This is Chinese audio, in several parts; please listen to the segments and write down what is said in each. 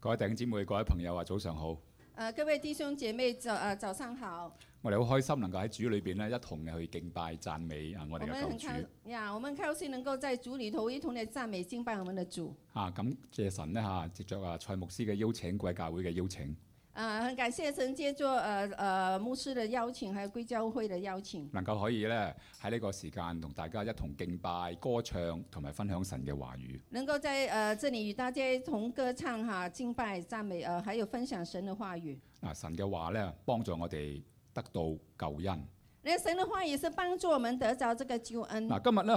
各位弟兄姊妹、各位朋友啊，早上好！呃，各位弟兄姐妹早呃早上好，我哋好開心能夠喺主裏邊咧一同嘅去敬拜讚美啊我哋嘅们救很主开呀，我们很高兴能够在主里头一同来赞美敬拜我们的主。啊！感謝神咧嚇，藉着啊蔡牧師嘅邀請，貴教會嘅邀請，呃，很感谢神接着呃呃牧师的邀请，还有归教会的邀请，能夠可以咧喺呢個時間同大家一同敬拜、歌唱同埋分享神嘅話語。能够在呃这里与大家一同歌唱哈敬拜赞美呃，还有分享神的话语。嗱、啊神嘅話咧幫助我哋得到救恩。那神的话也是帮助我们得着这个救恩嗱、。今日咧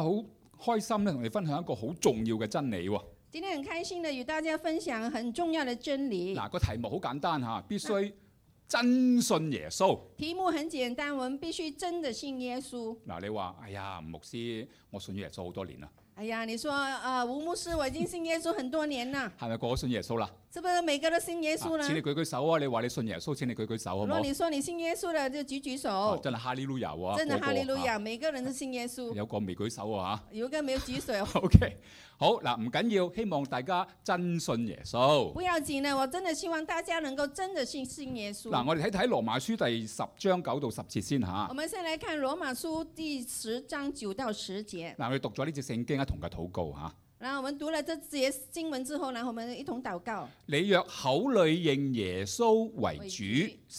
好開心咧，同你分享一個好重要嘅真理喎。今天很开心的与大家分享很重要的真理，嗱、個題目好簡單嚇，必嗯須真信耶穌。题目很简单，我们必须真的信耶稣。嗱、你話哎呀，吳牧師，我信耶穌好多年啦，哎呀，你说啊，吴牧师，我已经信耶稣很多年了，係咪個個信耶穌啦？是不是每个都信耶稣啊了請？你舉舉手啊！你話你信耶穌，請你舉舉手好如唔果好？你说你信耶稣了，就举举啊手。真係哈利路亞喎！真的個個哈利路啊亚，每个人都信耶稣，有個未舉手啊 有一个没有举手，嚇 OK，好嗱，唔緊要，希望大家真信耶穌。不要紧的。我真的希望大家能够真的信信耶稣。嗱，我啊哋睇睇羅馬書第十章九到十節先我嚇。们先来看罗马书第十章九到十节。嗱，我哋讀咗呢節聖經啊一同嘅禱告嚇。然后我们读了这节经文之后，然后我们一同祷告。你若口裏認耶穌為主為，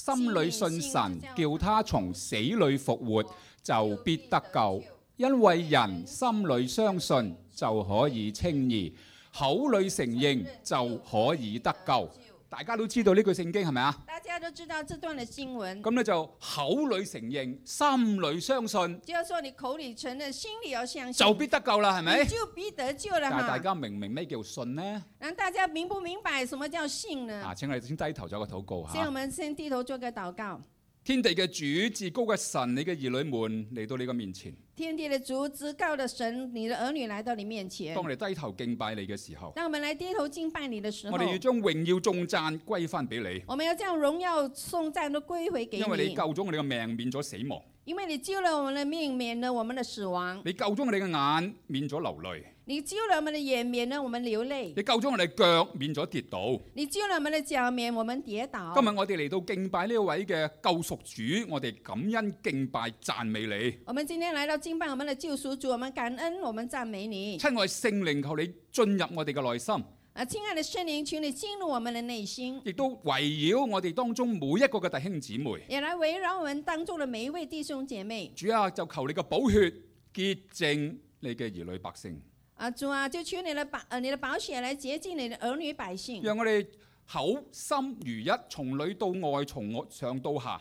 主心裏信神，叫他從死裏復活，就必得救。因為人心裏相信，就可以稱義；口裏承認，就可以得救。。大家都知道呢句聖經係咪啊？大家都知道这段的经文，咁咧就口裏承認，心裏相信，就是说你口里承认，心里要相信，就必得救啦，係咪你？就必得救了但係大嗯哈。家明唔明咩叫信呢？让大家明不明白什么叫信呢？啊，請我哋先低頭做一個禱告所以我嚇。们嗯先低头做个祷告。天地嘅主，至高嘅神，你嘅兒女們嚟到你嘅面前。天地的主，至高的神，你的儿女来到你面前當。我哋低頭敬拜你嘅時候，当我们来低头敬拜你的时候我，哋要將榮耀重讚歸翻俾你，我们要将榮耀颂赞都归回给因為你你救，咗我哋嘅命，免咗死亡；因为你救了我们的命，免了我们的死亡；你救咗我哋嘅眼，免咗流淚；你救了我们的眼，免了我们流泪；你救咗我哋腳，免咗跌倒。你救了我们的脚，免我们跌倒。今日我哋嚟到敬拜呢位嘅救贖主，我哋感恩敬拜讚美你。我们今天来到敬拜我们的救赎主，我们感恩，我们赞美你。親愛聖靈，求你進入我哋嘅內心，啊，亲爱的圣灵，请你进入我们的内心，亦都圍繞我哋當中每一個嘅弟兄姊妹。也来围绕我们当中的每一位弟兄姐妹。主啊，就求你嘅寶血潔淨你嘅兒女百姓。啊，主啊，就求你的宝呃你的宝血来洁净你的儿女百姓，让我哋口心如一，從裏到外，從外上到下，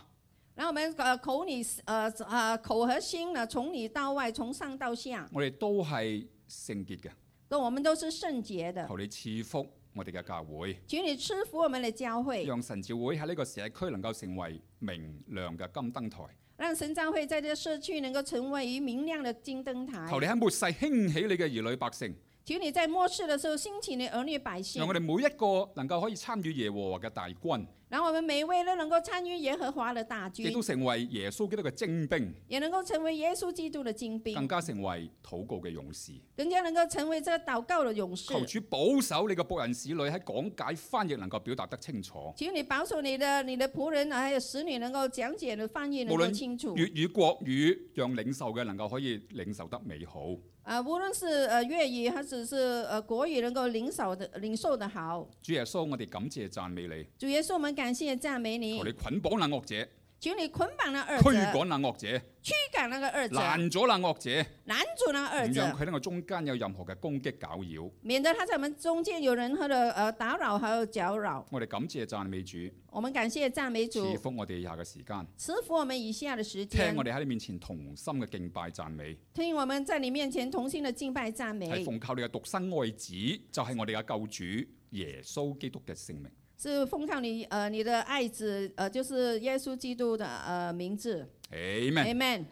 然后我们呃口你呃呃口和心呢，从里到外，从上到下，我哋都係聖潔嘅。都我们都是圣洁的。求你賜福我哋嘅教會，请你赐福我们的教会，讓神召會喺呢個社區能夠成為明亮嘅金燈台。让神教会在这社区能够成为一明亮的金灯台。求你喺末世興起你嘅兒女百姓，求你在末世的时候兴起你儿女百姓讓。我哋每一個能夠可以參與耶和華嘅大軍，然后我们每一位都能够参与耶和华的大亦军都，成為耶穌基督嘅精兵，也能够成为耶稣基督的精兵更，加成為禱告嘅勇士。更加能够成为这祷告的勇士求。主保守你嘅仆人使女喺講解翻譯能夠表達得清楚，求你保守你的你的仆人啊还有使女能够讲解的翻译能无够论清楚。粵語國語，讓領受嘅能夠可以領受得美好。啊、无论是呃粤语还是是呃国语，能够领受的领受的好。主耶穌，我哋感謝讚美你，主耶稣，我们感谢赞美你求，你捆綁那惡者，求你捆绑那二驅者，趕那惡者，驱赶那个二者，攔咗那惡者，拦住那二唔讓者，佢喺我中間有任何嘅攻擊攪擾。免得他在我们中间有人和的呃打扰还有搅扰。我哋感謝讚美主，我们感谢赞美主賜。福我哋以下嘅時間，赐福我们以下的时间聽我，哋喺你面前同心嘅敬拜讚美，听我们在你面前同心的敬拜赞係美，奉靠你嘅獨生愛子，就係我哋嘅救主耶穌基督嘅聖名。是奉靠你呃你的爱子呃就是耶稣基督的呃名字 Amen。 ，Amen。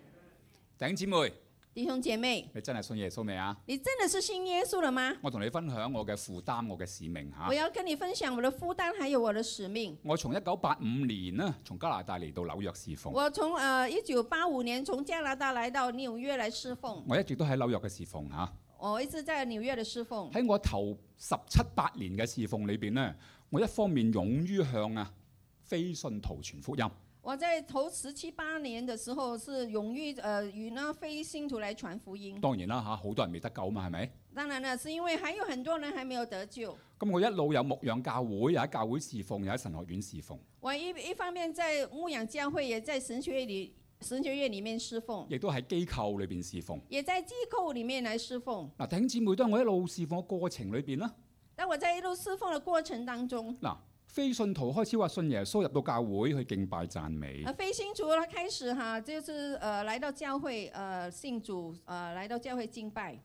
弟兄姊妹，弟兄姐妹，你真係信耶穌未啊？你真的是信耶稣了吗？我同你分享我嘅負擔，我嘅使命嚇我。要跟你分享我的负担还有我的使命。我從一九八五年呢，從加拿大嚟到紐約侍奉，我从呃一九八五年从加拿大来到纽约来侍奉，我一直都喺紐約嘅侍奉嚇。我一直在纽约的侍奉。喺我頭十七八年嘅侍奉裏邊呢，我一方面勇於向啊非信徒傳福音，我在头十七八年的时候是勇于呃与那非信徒来传福音。當然啦嚇，好多人未得救嘛，係咪？当然了，是因为还有很多人还没有得救。咁我一路有牧養教會，又喺教會侍奉，又喺神學院侍奉，我一一方面在牧养教会，也在神学院里神学院里面侍奉，亦都喺機構裏邊侍奉。也在机构里面来侍奉。嗱，弟兄姊妹，當我一路侍奉嘅過程裏邊啦，但我在一路侍奉的过程当中，嗱，非信徒開始話信耶穌入到教會去敬拜讚美呃，，非信主他开始哈，就是呃来到教会呃信主呃来到教会敬拜，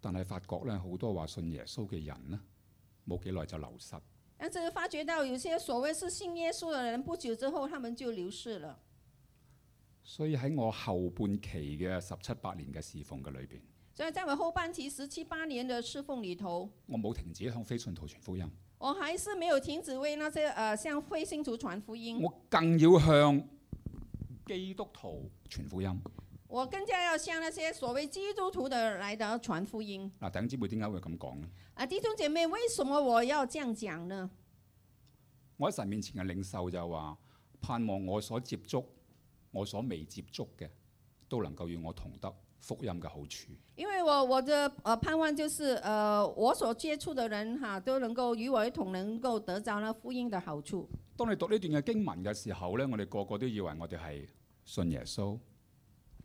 但係發覺咧好多話信耶穌嘅人呢，冇幾耐就流失。但是发觉到有些所谓是信耶稣的人，不久之后他们就流逝了。所以喺我後半期嘅十七八年嘅侍奉嘅裏邊，所以在我后半期十七八年的侍奉里头，我冇停止向非信徒傳福音，我还是没有停止为那些呃向非信徒传福音，我更要向基督徒傳福音。我更加要向那些所谓基督徒的来的传福音。嗱，弟兄姊妹點解會咁講呢？啊，弟兄姐妹，为什么我要这样讲呢？我喺神面前嘅領袖就話：盼望我所接觸、我所未接觸嘅，都能夠與我同得福音嘅好處。因为我我的呃盼望就是呃我所接触的人哈都能够与我一同能够得着那福音的好处。當你讀呢段嘅經文嘅時候呢，我哋個個都以為我哋係信耶穌，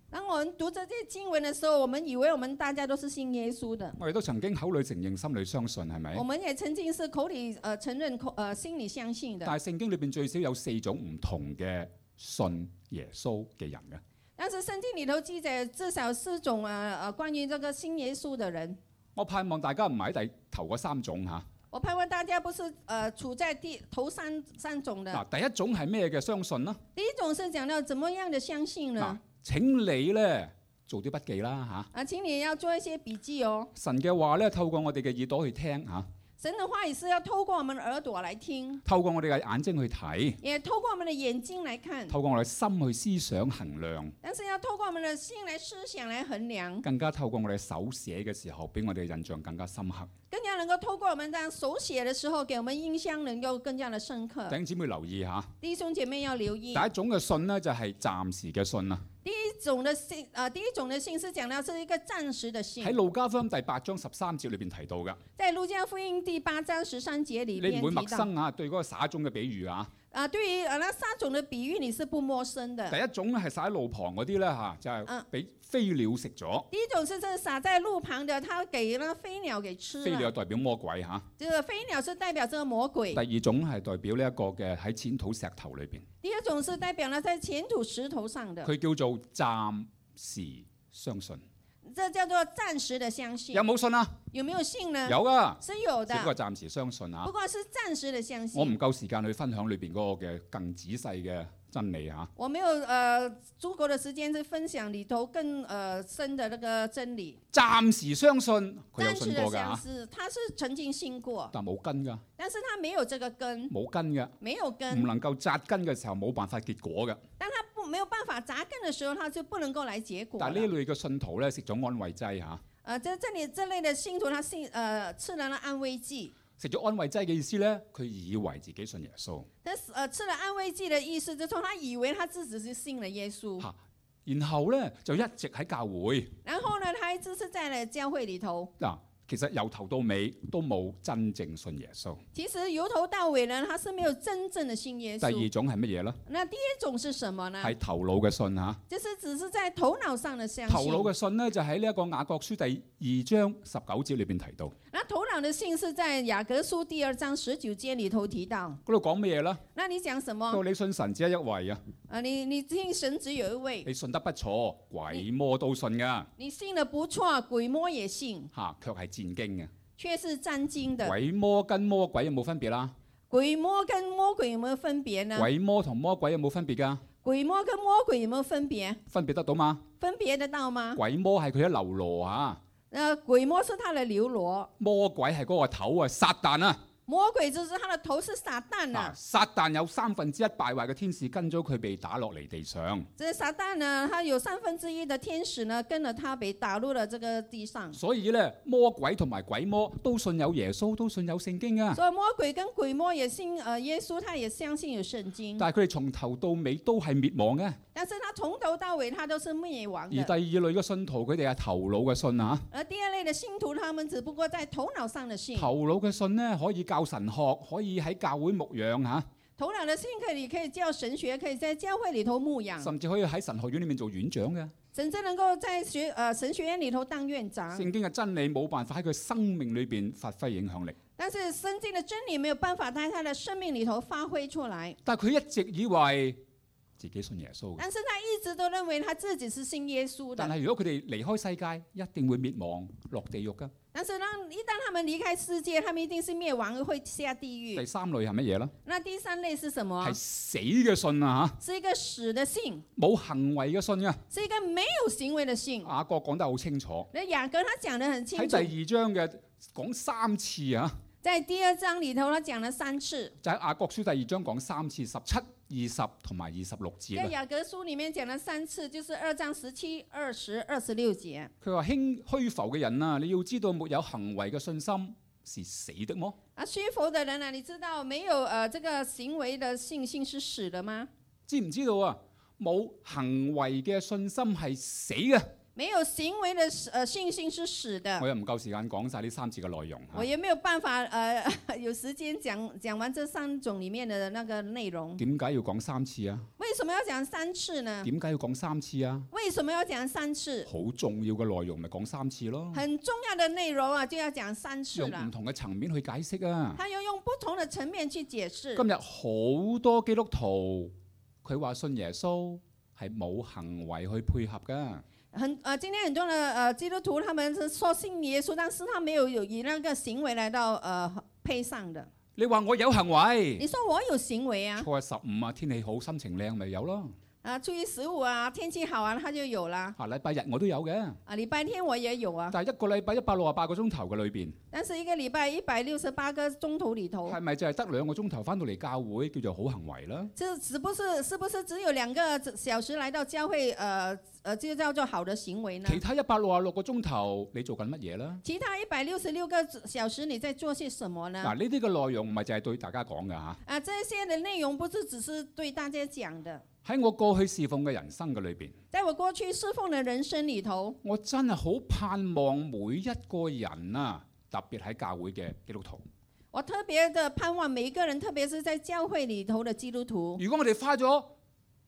当我们读这些经文的时候，我们以为我们大家都是信耶稣的，我哋都曾經口裏承認、心裏相信，係咪我？们也曾经是口里呃承认口呃心里相信的。但係聖經裏邊最少有四種唔同嘅信耶穌嘅人嘅。但是圣经里头记载至少四种呃呃关于这个信耶稣的人。我盼望大家唔係喺第頭嗰三種嚇。我盼望大家不是呃处在第头三三种的。嗱，第一種係咩嘅相信啦？第一种是讲到怎么样的相信嗱呢？，請你呢做啲筆記啦嚇。啊，请你要做一些笔记哦。神嘅話咧，透過我哋嘅耳朵去聽嚇，神的话也是要透过我们耳朵来听，透過我哋嘅眼睛去睇，也透过我们的眼睛来看，透過我哋心去思想衡量，但是要透过我们的心来思想来衡量，更加透過我哋手寫嘅時候，俾我哋嘅印象更加深刻。更加能够透过我们在手写的时候，给我们印象能够更加的深刻弟。兄姊妹留意嚇，弟兄姐妹要留第意，一種嘅信呢，就係暫時嘅信啊。第一种的信啊、第一种的信是讲到是一个暂时的信喺，路加福音第八章十三節裏邊提到㗎，在路加福音第八章十三节里你面唔會提陌到啊、生啊，對嗰個撒種嘅比喻啊。对于啊那三种的比喻你是不陌生的第。一種咧係撒喺路旁嗰啲咧嚇，就係嗯俾飛鳥食咗，第一种是这撒在路旁的，它给那飞鸟给吃飛鳥了，代表魔鬼嚇。这个飞鸟是代表这个魔鬼。第二種係代表呢一個嘅喺淺土石頭裏邊，第二种是代表了在前土石头上的，佢叫做暫時相信。嗯这叫做暂时的相信有。冇信啊？有没有信呢？有啊，是有只不過的，暫時相信啊不。過是暂时的相我信。唔夠時間去分享裏邊嗰個嘅更仔細嘅真理啊。我没有呃足够的时间去分享里头更呃深的那个真理。暫時相信佢有暂时信的過㗎相嚇，信，他是曾经信过，但冇根㗎，但是他没有这个根，冇根㗎，没有根唔。能夠扎根嘅時候冇辦法結果㗎。当他不没有办法扎根的时候，他就不能够来结果但係了。呢類嘅信徒咧食咗安慰劑嚇，呃，在这里这类的信徒，他信呃吃了那安慰剂，食咗安慰劑嘅意思咧，佢以為自己信耶穌。但是呃吃了安慰剂的意思，就是说他以为他自己是信了耶稣。然後咧就一直喺教會然后呢，他一直是在了教会里头。嗱，其實由頭到尾都冇真正信耶穌。其实由头到尾呢，他是没有真正的信耶第稣。啊二種係乜嘢咧？那第一种是什么呢？係頭腦嘅信嚇，就是只是在头脑上的相頭信。腦嘅信咧就喺呢一個雅各書第二章十九節裏邊提到，那头脑的信是在雅各书第二章十九节里头提到。嗰度講乜嘢咧？那你讲什佢么？話你信神只係一位啊，啊，你你信神只有一位，你信得不錯，鬼魔都信噶你信的不错，鬼魔也信，嚇，卻係戰經却是占经嘅。的。鬼魔跟魔鬼有冇分別啦？鬼魔跟魔鬼有没有分别呢？鬼魔同魔鬼有冇分別㗎？鬼魔跟魔鬼有没有分别？分別得到嘛？分别得到吗？鬼魔係佢一流羅嚇，啊那鬼魔是他的流罗，魔鬼係嗰個頭啊，撒旦啊，魔鬼就是他的头是撒旦嗱，啊，撒旦有三分之一敗壞嘅天使跟咗佢被打落嚟地上，这撒旦呢，他有三分之一的天使呢跟着他被打入了这个地上，所以咧魔鬼同埋鬼魔都信有耶穌，都信有聖經啊。所以魔鬼跟鬼魔也信呃耶稣，他也相信有圣经，但係佢哋從頭到尾都係滅亡嘅。但是他从头到尾他都是灭亡而第的。二類嘅信徒，佢哋係頭腦嘅信啊。而第二类的信徒，他们只不过在头脑上的信，頭腦嘅信咧可以教神學，可以喺教會牧養嚇，头脑的信可以可以叫神学，可以在教会里头牧养，甚至可以喺神學院裏面做院長嘅。甚至能够在学呃神学院里头当院长。聖經嘅真理冇辦法喺佢生命裏邊發揮影響力，但是圣经的真理没有办法在他的生命里头发挥出来，但係佢一直以為自己信耶穌嘅。但是他一直都认为他自己是信耶稣但的。係如果佢哋離開世界，一定會滅亡落地獄噶。但是让一旦他们离开世界，他们一定是灭亡，会下地第狱。三類係乜嘢呢？那第三类是什么係？死嘅信啊嚇，是一个死的信，冇行為嘅信嘅。是一个没有行为的信。雅各講得好清楚，那雅各他讲的很喺清楚，第二章嘅講三次啊，在第二章里头他讲了三次，就喺雅各書第二章講三次，十七、二十同埋二十六節在啊。雅各书里面讲了三次，就是二章十七、二十、二十六节。佢話輕虛浮嘅人啊，你要知道沒有行為嘅信心是死的麼？啊，虚浮的人呢、你知道没有？呃，这个行为的信心是死的吗？知唔知道啊？冇行為嘅信心係死嘅。没有行为的呃信心是死的。我又唔夠時間講晒呢三次嘅內容啊啊我嚇。也没有办法呃 有时间讲讲完这三种里面的那个内容。點解要講三次啊？为什么要讲三次呢？點解要講三次啊？为什么要讲三次？好重要嘅內容咪講三次咯，很重要的内容啊，就要讲三次用唔了。同嘅層面去解釋啊。他要用不同的层面去解释。今日好多基督徒佢話信耶穌係冇行為去配合㗎。很呃，今天很多的呃基督徒他们是说信耶稣，但是他没有有以那个行为来到呃配上的。你話我有行為，你说我有行为啊？初一十五啊，天氣好，心情靚咪有咯。啊，初一十五啊，天气好啊，他就有啦。下禮拜日我都有嘅，啊，礼拜天我也有啊，但係一個禮拜一百六十八個鐘頭嘅裏邊，但是一个礼拜一百六十八个钟头里头，啊係咪就係得兩個鐘頭翻到嚟教會叫做好行為啦？这是不是是不是只有两个小时来到教会，呃呃，就叫做好的行为呢？其他一百六十六個鐘頭你做緊乜嘢啦？其他一百六十六个小時你在做些什么呢？嗱，呢啲嘅內容唔係就係對大家講㗎嚇。啊，这些的内容不是只是对大家讲的。喺我過去侍奉嘅人生嘅裏邊，在我過去侍奉的人生里头，我真係好盼望每一個人啊，特別喺教會嘅基督徒。我特别的盼望每一个人，特别是在教会里头的基督徒，如果我哋花咗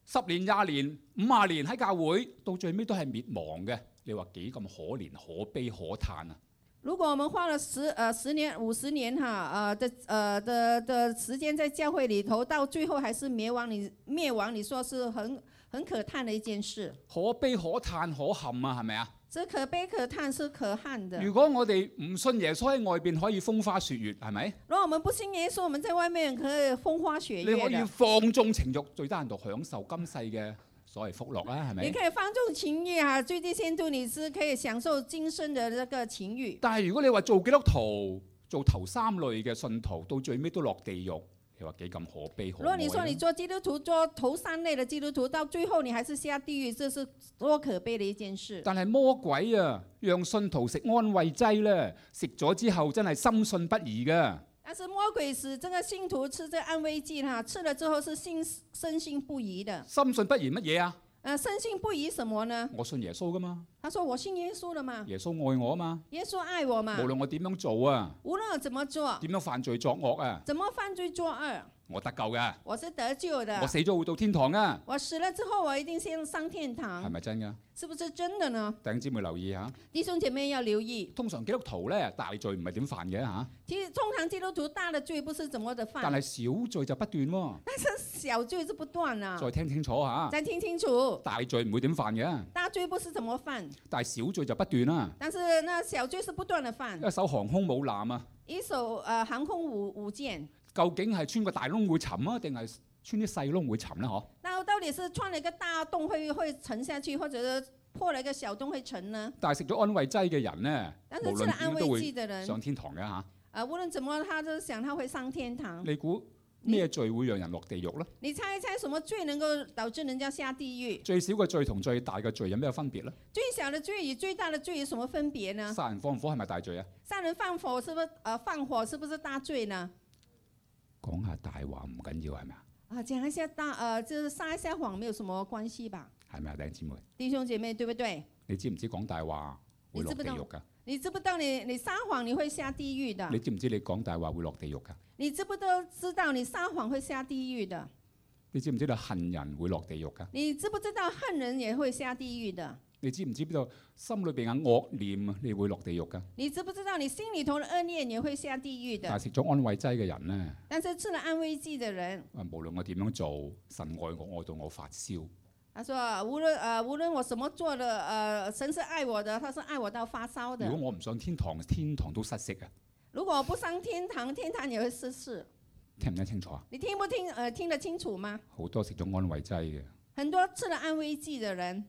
十年、廿年、五廿年喺教會，到最尾都係滅亡嘅，你話幾咁可憐、可悲、可嘆啊！如果我们花了十呃十年、五十年哈呃的呃的的时间在教会里头，到最后还是灭亡你，灭亡，你说是很很可叹的一件事。可悲、可嘆、可憾啊，係咪啊？这可悲可叹是可憾的。如果我哋唔信耶穌喺外邊可以風花雪月，係咪？如果我们不信耶稣，我们在外面可以风花雪你月可以的，放縱情慾，最低限度享受今世嘅所謂福樂啊啦，係你咪？可以放纵情欲啊，最低限度你是可以享受今生的这个情欲。但係如果你話做基督徒，做頭三類嘅信徒，到最尾都落地獄，你話幾咁可悲可如果哀你说啊你做基督徒，做头三类的基督徒，到最后你还是下地狱，这是多可悲的一件事。但係魔鬼啊，讓信徒食安慰劑咧，食咗之後真係深信不疑嘅。但是魔鬼使这个信徒吃这安慰剂哈，吃了之后是心深信不疑的。深信不疑乜嘢啊？呃，深信不疑什么呢？我信耶穌噶嘛，他说我信耶稣了嘛，耶穌愛我啊嘛，耶稣爱我嘛無，論我點樣做啊，无论我怎么做，點樣犯罪作惡啊，怎么犯罪作恶，我得救嘅，我是得救的我。死咗會到天堂啊，我死了之后，我一定先上天係堂，咪真㗎？是不是真的呢？弟兄姊妹留意下，弟兄姐妹要留意。通常基督徒咧大罪唔係點犯嘅嚇，其实通常基督徒大的罪不是怎么的犯，啊但係小罪就不斷喎。但是小罪是不断啊。再聽清楚嚇，再听清楚，大罪唔會點犯嘅，大罪不是怎么犯，但係小罪就不斷啦。但是那小罪是不断的犯。一艘航空母艦啊！一手呃航空母母舰，究竟係穿個大窿會沉啊，定係穿啲細窿會沉呢？嗬，那到底是穿了一个大洞会会沉下去，或者是破了一个小洞会沉呢？但係食咗安慰劑嘅人呢，但無是論吃了安點都慰會剂的人，上天堂嘅嚇。啊、啊，无论怎么，他都想他会上天堂。你估咩罪會讓人落地獄呢？你猜一猜，什么罪能够导致人家下地狱？最小嘅罪同最大嘅罪有咩分別呢？最小的罪与最大的罪有什么分别呢？殺人放火係咪大罪啊？杀人放火是不是呃放火是不是大罪呢？講下大話唔緊要係咪啊？啊，讲一下大呃，就是撒一下谎没有什么关系吧，係咪啊，弟兄姊妹？弟兄姐妹，对不对？你知唔知講大話會落地獄㗎？你知不知道你你撒谎你会下地狱的你，知唔知你講大話會落地獄㗎？你知不都知道你撒谎会下地狱的，你知唔知你恨人會落地獄㗎？你知不知道恨人也会下地狱的，你知唔知邊度心裏邊嘅惡念啊，你會落地獄㗎？你知不知道你心里头的恶念也会下地狱但的。係食咗安慰劑嘅人呢，但是吃了安慰剂的人，啊無論我點樣做，神愛我愛到我發燒。他说无论呃无论我什么做的，呃神是爱我的，他是爱我到发烧的如。果我唔上天堂，天堂都失色啊！如果我不上天堂，天堂也会失事。聽唔聽清楚啊？你听不听呃听得清楚吗？好多食咗安慰劑嘅，很多吃了安慰剂的人，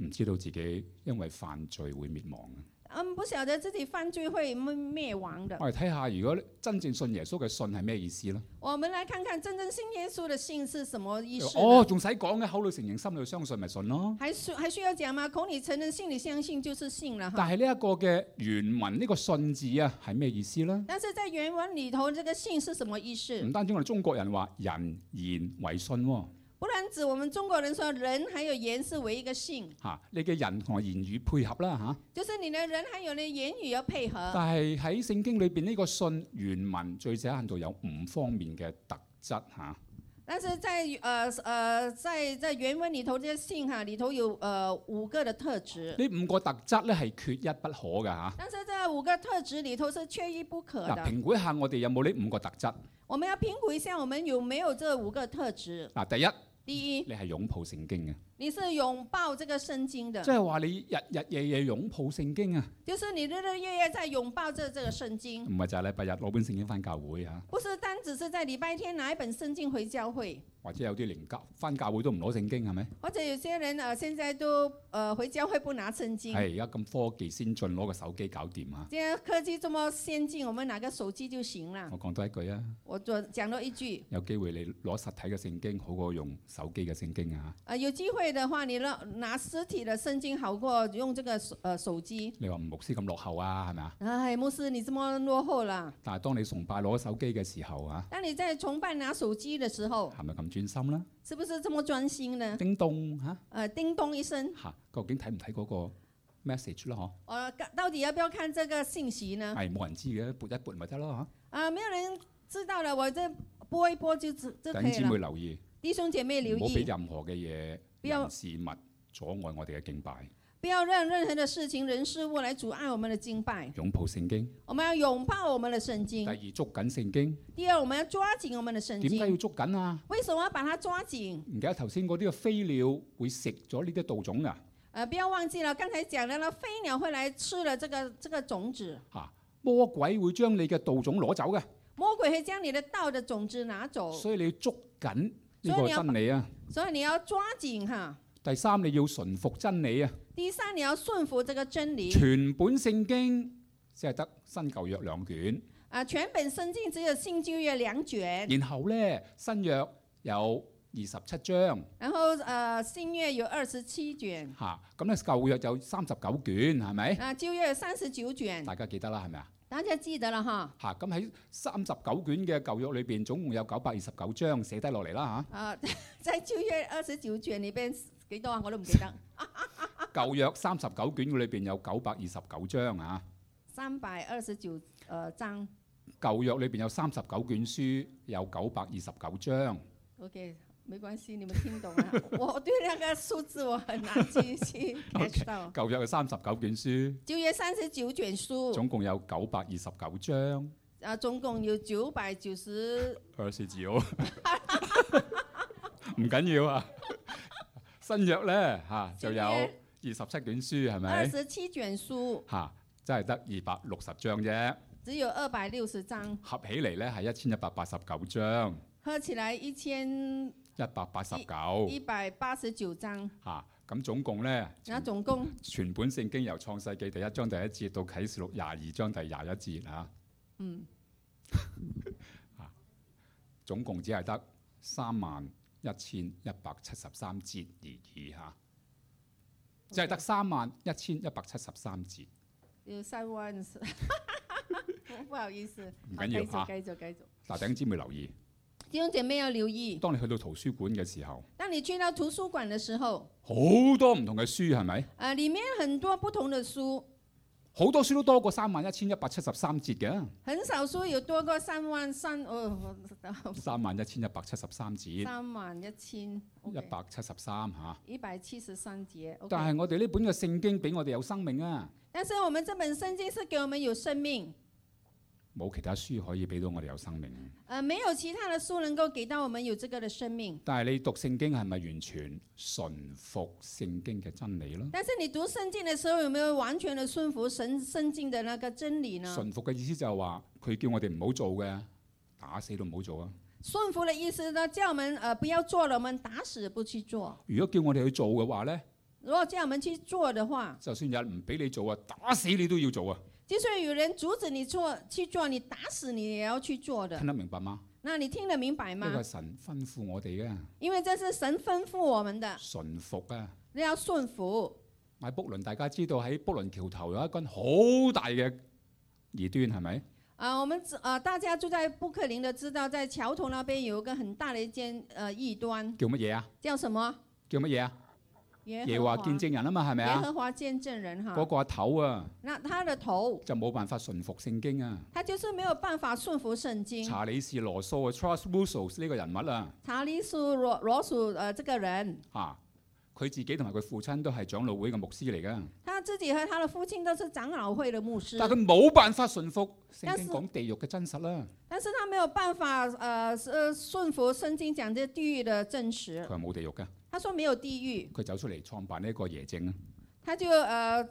唔知道自己因為犯罪會滅亡啊！嗯，不晓得自己犯罪会灭灭亡的。我哋睇下，如果真正信耶穌嘅信係咩意思啦？我们来看看真正信耶稣的信是什么意思呢。哦，仲使講嘅，口裏承認，心裏相信，咪信咯。还需还需要讲吗？口里承认，心里相信，就是信了哈。但係呢一個嘅原文呢、個信字啊，係咩意思呢？但是在原文里头，这个信是什么意思？唔單止我哋中國人話人言為信喎、不然指我们中国人说人还有言是为一个信，嚇、你嘅人同埋言語配合啦嚇、就是你的人还有你的言语要配合。但係喺聖經裏邊呢個信原文最少限度有五方面嘅特質嚇、但是在呃呃在在原文里头，这个信哈里头有呃五个的特质，呢五個特質咧係缺一不可嘅嚇。但是这五个特质里头是缺一不可嗱、的。評估一下我哋有冇呢五個特質。我们要评估一下我们有没有这五个特质。嗱、第一，第一，你係擁抱聖經嘅，你是拥抱这个圣经的即，係話你日日夜夜擁抱聖經啊，就是你日日夜夜在拥抱着這个圣经。唔係就係禮拜日攞本聖經翻教會啊，不是单只是在礼拜天拿一本圣经回教会，或者有啲連教翻教會都唔攞聖經係咪？或者有些人呃现在都呃回教会不拿圣经。係而家咁科技先進，攞個手機搞掂啊！现在科技这么先进，我们拿个手机就行了。我講多一句啊，我就讲到一句，有機會你攞實體嘅聖經好過用手機嘅聖經啊！呃，有机会的话，你拿拿实体的圣经好过用这个手呃手机。你話吳牧師咁落後啊，係咪啊？哎，牧师，你这么落后啦！但係當你崇拜攞手機嘅時候啊，当你在崇拜拿手机的时候，係咪咁專心啦？是不是这么专心呢？叮咚嚇呃，叮咚一声，嚇，究竟睇唔睇嗰個 message 啦？嗬，呃，到底要不要看这个信息呢？係冇人知嘅，撥一撥咪得咯啊，没有人知道了，我这播一播就知就嚇。可弟兄以姊妹了。留意，弟兄姐妹留唔好俾意，任何嘅嘢不要人事物阻礙我哋嘅敬拜，不要让任何的事情、人、事物来阻碍我们的敬拜。擁抱聖經。我们要拥抱我们的圣第经二，。捉緊聖經，第二，我们要抓紧我们的圣點解经。要捉緊啊？为什么要把它抓紧？唔記得頭先嗰啲嘅飛鳥會食咗呢啲稻種啊！呃，不要忘记了，剛才讲了，那飞鸟会来吃了这个这个种子，嚇，魔鬼會將你嘅稻種攞走嘅，魔鬼会将你的道的种子拿走，所以你要捉緊呢個真理啊！所以你要抓紧哈。第三，你要順服真理啊！第三，你要顺服这个真理全本聖經只係得新舊約兩卷，啊、全本圣经只有新旧约两卷，然後呢，新約有二十七章然后呃，新月有二十七卷，嚇，咁咧舊約有三十九卷，係咪？啊，旧月有三十九卷，大家記得啦，係咪啊？大家记得了哈。嚇，咁喺三十九卷嘅舊約裏邊，總共有九百二十九章寫低落嚟啦啊， 在旧月二十九卷里边几多啊？我都唔記得，嚇。舊約三十九卷裏邊有九百二十九章啊，三百二十九呃章。舊約裏邊有三十九卷書，有九百二十九章。 OK，没关系，你们听懂了。我我对那个数字我很難去去 catch 到。舊約有三十九卷書，旧月三十九卷書，總共有九百二十九章。啊，总共有九百九十。二十字好， 唔緊要啊。新約咧嚇、就有二十七卷書，係二咪十七卷書，嚇？真係得二百六十章啫，只有二百六十章，合起嚟咧係一千一百八十九章，合起來一千一百八十九一百八十九章。嚇。咁總共呢，那总共全本聖經由創世記第一章第一節到啟示錄廿二章第廿一節啊， 嗯總共只係得三萬一千一百七十三節而已嚇，只係得三萬一千一百七十三節，有三万四， 不好意思，唔好緊要嚇。继续继续继续。嗱，弟兄姊妹留意，弟兄姐妹要留意，當你去到圖書館嘅時候，当你去到图书馆的时候，好多唔同嘅書係咪？啊、里面很多不同的书，好多書都多過三萬一千一百七十三節嘅，很少书有多过三万三，哦，我知道三萬一千一百七十三節，一三万一千，OK，百七十三嚇。一百七十三节，OK。但係我哋呢本嘅聖經俾我哋有生命啊，但是我们这本圣经是给我们有生命，冇其他書可以俾到我哋有生命。呃，没有其他的书能夠給到我們有這個的生命。但係你讀聖經係咪完全順服聖經嘅真理呢？但是你讀聖經的時候，有沒有完全的順服神聖經的那個真理呢？順服嘅意思就係話佢叫我哋唔好做嘅，打死都唔好做啊！順服的意思呢，叫我們呃不要做了，我們打死不去做。如果叫我哋去做嘅話呢，如果叫我們去做的話，就算有人唔俾你做啊，打死你都要做啊！就算有人阻止你做去做，你打死你也要去做的聽。得明白嗎？那你聽得明白呢個係嗎？神吩咐我哋嘅因為這是神吩咐我們的，順服啊！你要順服。喺卜倫，大家知道喺卜倫橋頭有一間好大嘅異端，係咪？啊、我們知呃，大家住在布克林的知道，在橋頭那邊有一個很大的一间呃异端，叫乜嘢啊？叫什麼？叫乜嘢啊？耶耶和話華見證人啊嘛，係咪耶啊？和華见证人哈，嗰個阿頭啊，那他的头，就冇辦法順服聖經啊！他就是沒有辦法順服聖經。查理士羅素啊，Charles Russell 呢個人物啊，查理斯羅羅素呃這個人，啊，佢自己同埋佢父親都係長老會嘅牧師嚟噶，他自己和他的父親都是長老會的牧師，但係佢冇辦法順服聖但經是講地獄嘅真實啦，但是他沒有辦法呃呃順服聖經講這地獄的真佢實。話冇地獄噶，他說沒有地獄，佢走出嚟創辦呢一個耶證啊，他就呃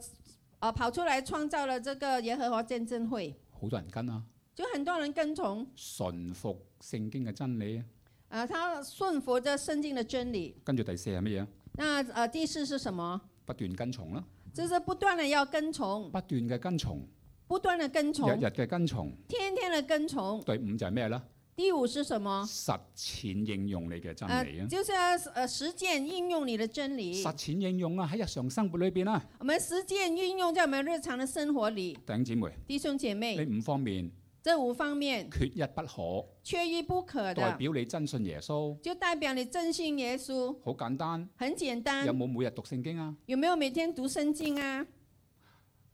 呃跑出來創造了這個耶和華見證會，好多人跟啊，就很多人跟從，順服聖經嘅真理啊。呃他順服這聖經的真理。跟住第四係乜嘢啊？那呃第四是什麼？不斷跟從啦，就是不斷的要跟從，不斷嘅跟從，不斷的跟日從。日嘅跟從。天天的跟从。第五就係咩咧？第五是什么？實踐應用你嘅真哦呃理啊，！就是要呃实践应用你的真理。實踐應用啊，喺日常生活裏邊啊，我们实践运用在我们日常的生活里，弟兄姊妹，弟兄姐妹，呢五方面这五方面缺一不可。缺一不可代的，表你真信耶穌，就代表你真信耶稣。好簡單。很简有单，冇每日讀聖經啊？有没有每天读圣经啊？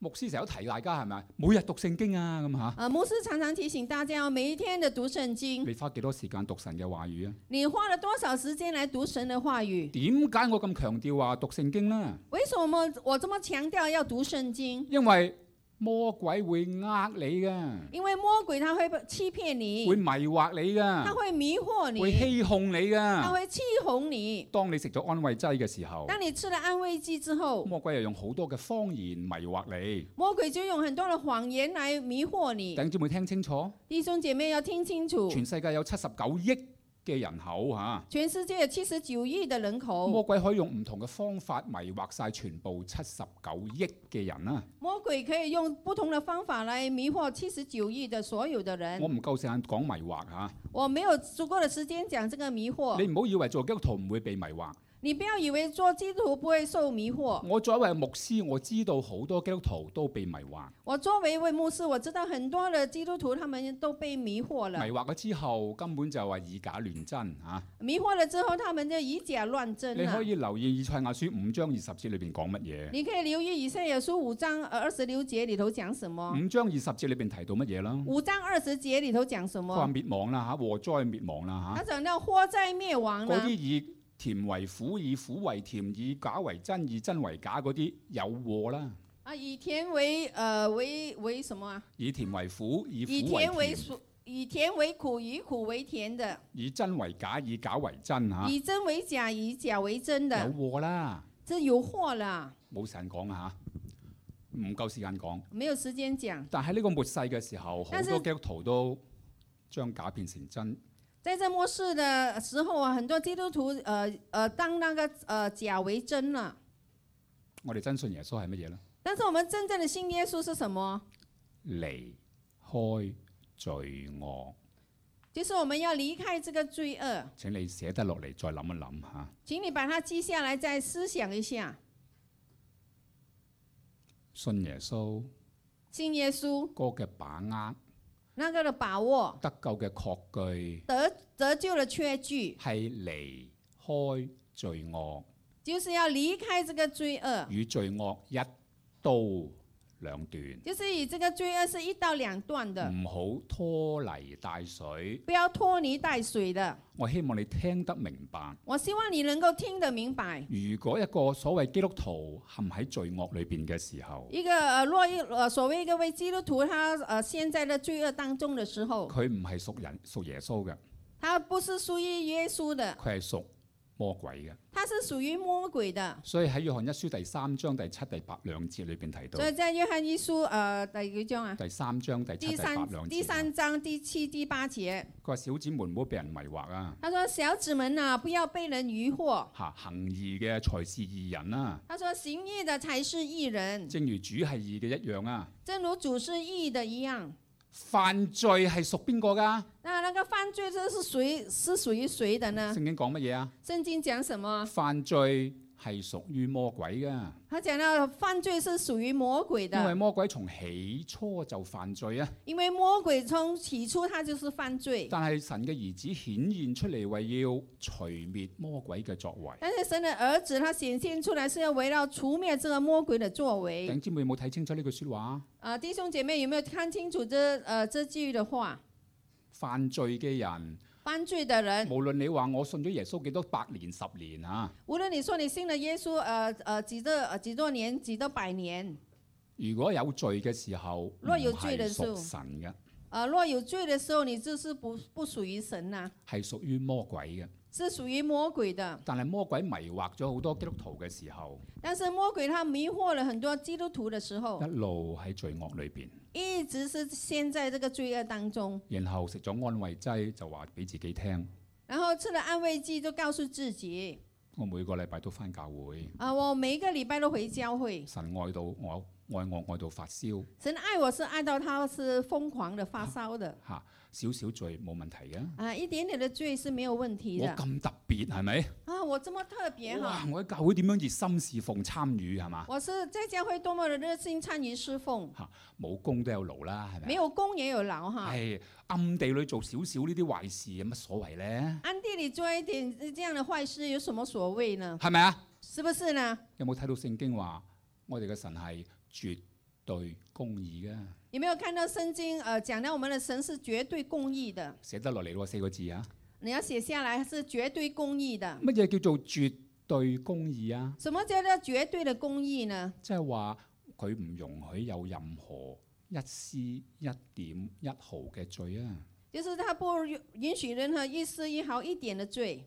牧師成日都提大家係咪？每日讀聖經啊咁吓，呃，牧师常常提醒大家哦，每一天的读圣经，你花幾多時間讀神嘅話語啊？你花了多少时间来读神的话语？點解我咁強調話讀聖經呢？为什么我这么强调要读圣经？因為魔鬼會呃你嘅，因为魔鬼他会欺骗你會，迷惑你他嘅，会迷惑你，會欺哄你他嘅。会欺哄你。當你食咗安慰劑嘅時候，当你吃了安慰剂之后，魔鬼又用好多嘅方言迷惑你。魔鬼就用很多的谎言来迷惑弟你。兄姊妹聽清楚，弟兄姐妹要听清楚，全世界有七十九億嘅人口吓。全世界有七十九亿的人魔口，鬼可以用唔同嘅方法迷惑晒全部七十九億嘅人啊啦。魔鬼可以用不同的方法来迷惑七十九亿的所有的我人。唔夠時間講迷惑嚇，我没有足够的时间讲这个迷惑，你唔好以為做基督徒唔會被迷惑。你不要以为做基督徒不会受迷惑。我作為牧師，我知道好多基督徒都被迷惑，我作为一位牧师，我知道很多的基督徒他们都被迷惑迷了，惑咗之後根本就話以假亂真嚇。迷惑了之后他们就以假乱真啊你了可。以留意以賽亞書五章二十節裏邊講乜嘢？你可以留意以赛亚书五章呃二十六节里头讲什么？五章二十節裏邊提到乜嘢啦？五章二十节里头讲什佢話么？滅亡啦嚇，禍災滅亡啦他讲到祸灾灭嚇，亡嗰呢啲，以甜為苦，以苦為甜，以假為真，以真為假嗰啲有禍啦。啊，以田为呃为为什么啊？以甜為苦，以以苦為田为甜，苦，以田为苦，以苦为甜的；以真為假，以假為真嚇，以真为假，以假为真有的。禍啦，这有祸了，冇時間講啊嚇，唔夠時間講。没有时间讲。但喺呢個末世嘅時候，好但是多基督徒都將假變成真，在这末世的时候啊，很多基督徒呃呃当那个呃假为真了，我哋真信耶穌係乜嘢呢？但是我们真正的信耶稣是什么？離開罪惡。就是我们要离开这个罪恶，請你寫得落嚟，再諗一諗嚇。请你把它记下来，再思想一下。信耶穌信耶稣嗰個嘅把握、那个的把握，得救嘅確據得得救的确据，係離開罪惡，就是要离开这个罪恶，與罪惡一刀兩斷，就是以这个罪恶是一刀两断的，唔好拖泥帶水。不要拖泥带水的。我希望你聽得明白。我希望你能够听得明白。如果一個所謂基督徒陷喺罪惡裏邊嘅時候，一个呃，若一呃，所谓一个为基督徒他呃现在的罪恶当中的时候，佢唔係屬人屬耶穌嘅，他不是属于耶稣的，佢係屬魔鬼嘅。他是属于魔鬼的。所以喺約翰一書第三章第七、第八兩節裏邊提所以到，在约翰一书呃第几章啊？第三章第七、第第八三兩第節，啊三章第七第八节，佢話小子們唔好被人迷惑啊！他说：“小子们呐、不要被人迷惑。嚇，行義嘅才是義人啊！”他说：“行义的才是义人，正如主係義嘅一樣啊！正如主是义的一样。犯罪係屬邊個㗎？”那那个犯罪这是谁是属于谁的呢？聖經講乜嘢啊？圣经讲什么？犯罪係屬於魔鬼㗎，他讲到犯罪是属于魔鬼因為的，魔鬼從起初就犯罪啊！因为魔鬼从起初他就是犯罪，但係神嘅兒子顯現出嚟，為要除滅魔鬼嘅作為。但是神的儿子他显现出来是要围绕除灭这个魔鬼的作弟为。兄姊妹有冇睇清楚呢句説話？啊，弟兄姐妹有没有看清楚这呃这句的话？犯罪嘅人，犯罪的人，無論你話我信咗耶穌幾多百年、十年啊，无论你说你信了耶稣，呃呃几多呃几多年，几多百年，如果有罪嘅時候，唔若有罪係嘅時候屬神嘅，呃，若有罪的时候，你就是不不属于神呐、係屬於魔鬼嘅。是属于魔鬼的。但係魔鬼迷惑咗好多基督徒嘅時候，但是魔鬼他迷惑了很多基督徒的时候一，路喺罪惡裏邊，一直是陷在这个罪恶当中，然後食咗安慰劑就話俾自己聽：然后吃了安慰剂，就告訴自己，我每個禮拜都翻教會，啊、我每一个礼拜都回教会，神愛到我，愛我愛到發燒神爱我是爱到他是疯狂的发烧的，嚇，少少罪冇問題嘅。啊、一点点的罪是没有问题我的，咁特別係咪？啊，我这么特别哈、哇！我喺教會點樣熱心侍奉參與係嘛？我是在教会多么的热心参与侍奉，冇功都有勞啦，係咪没？有功也有劳哈。係暗地裏做少少呢啲壞事有乜所謂呢？暗地里做一点这样的坏事有什么所谓呢？係咪啊？是不是呢？有冇睇到聖經話我哋嘅神係絕對公義嘅？有没有看到圣经呃讲到我们的神是绝对公义的？寫得落嚟咯，四個字啊！你要写下来是绝对公义的。乜嘢叫做絕對公義啊？什么叫做绝对的公义呢？即係話佢唔容許有任何一絲一點一毫嘅罪啊！就是他不允许任何一丝一毫一点的罪。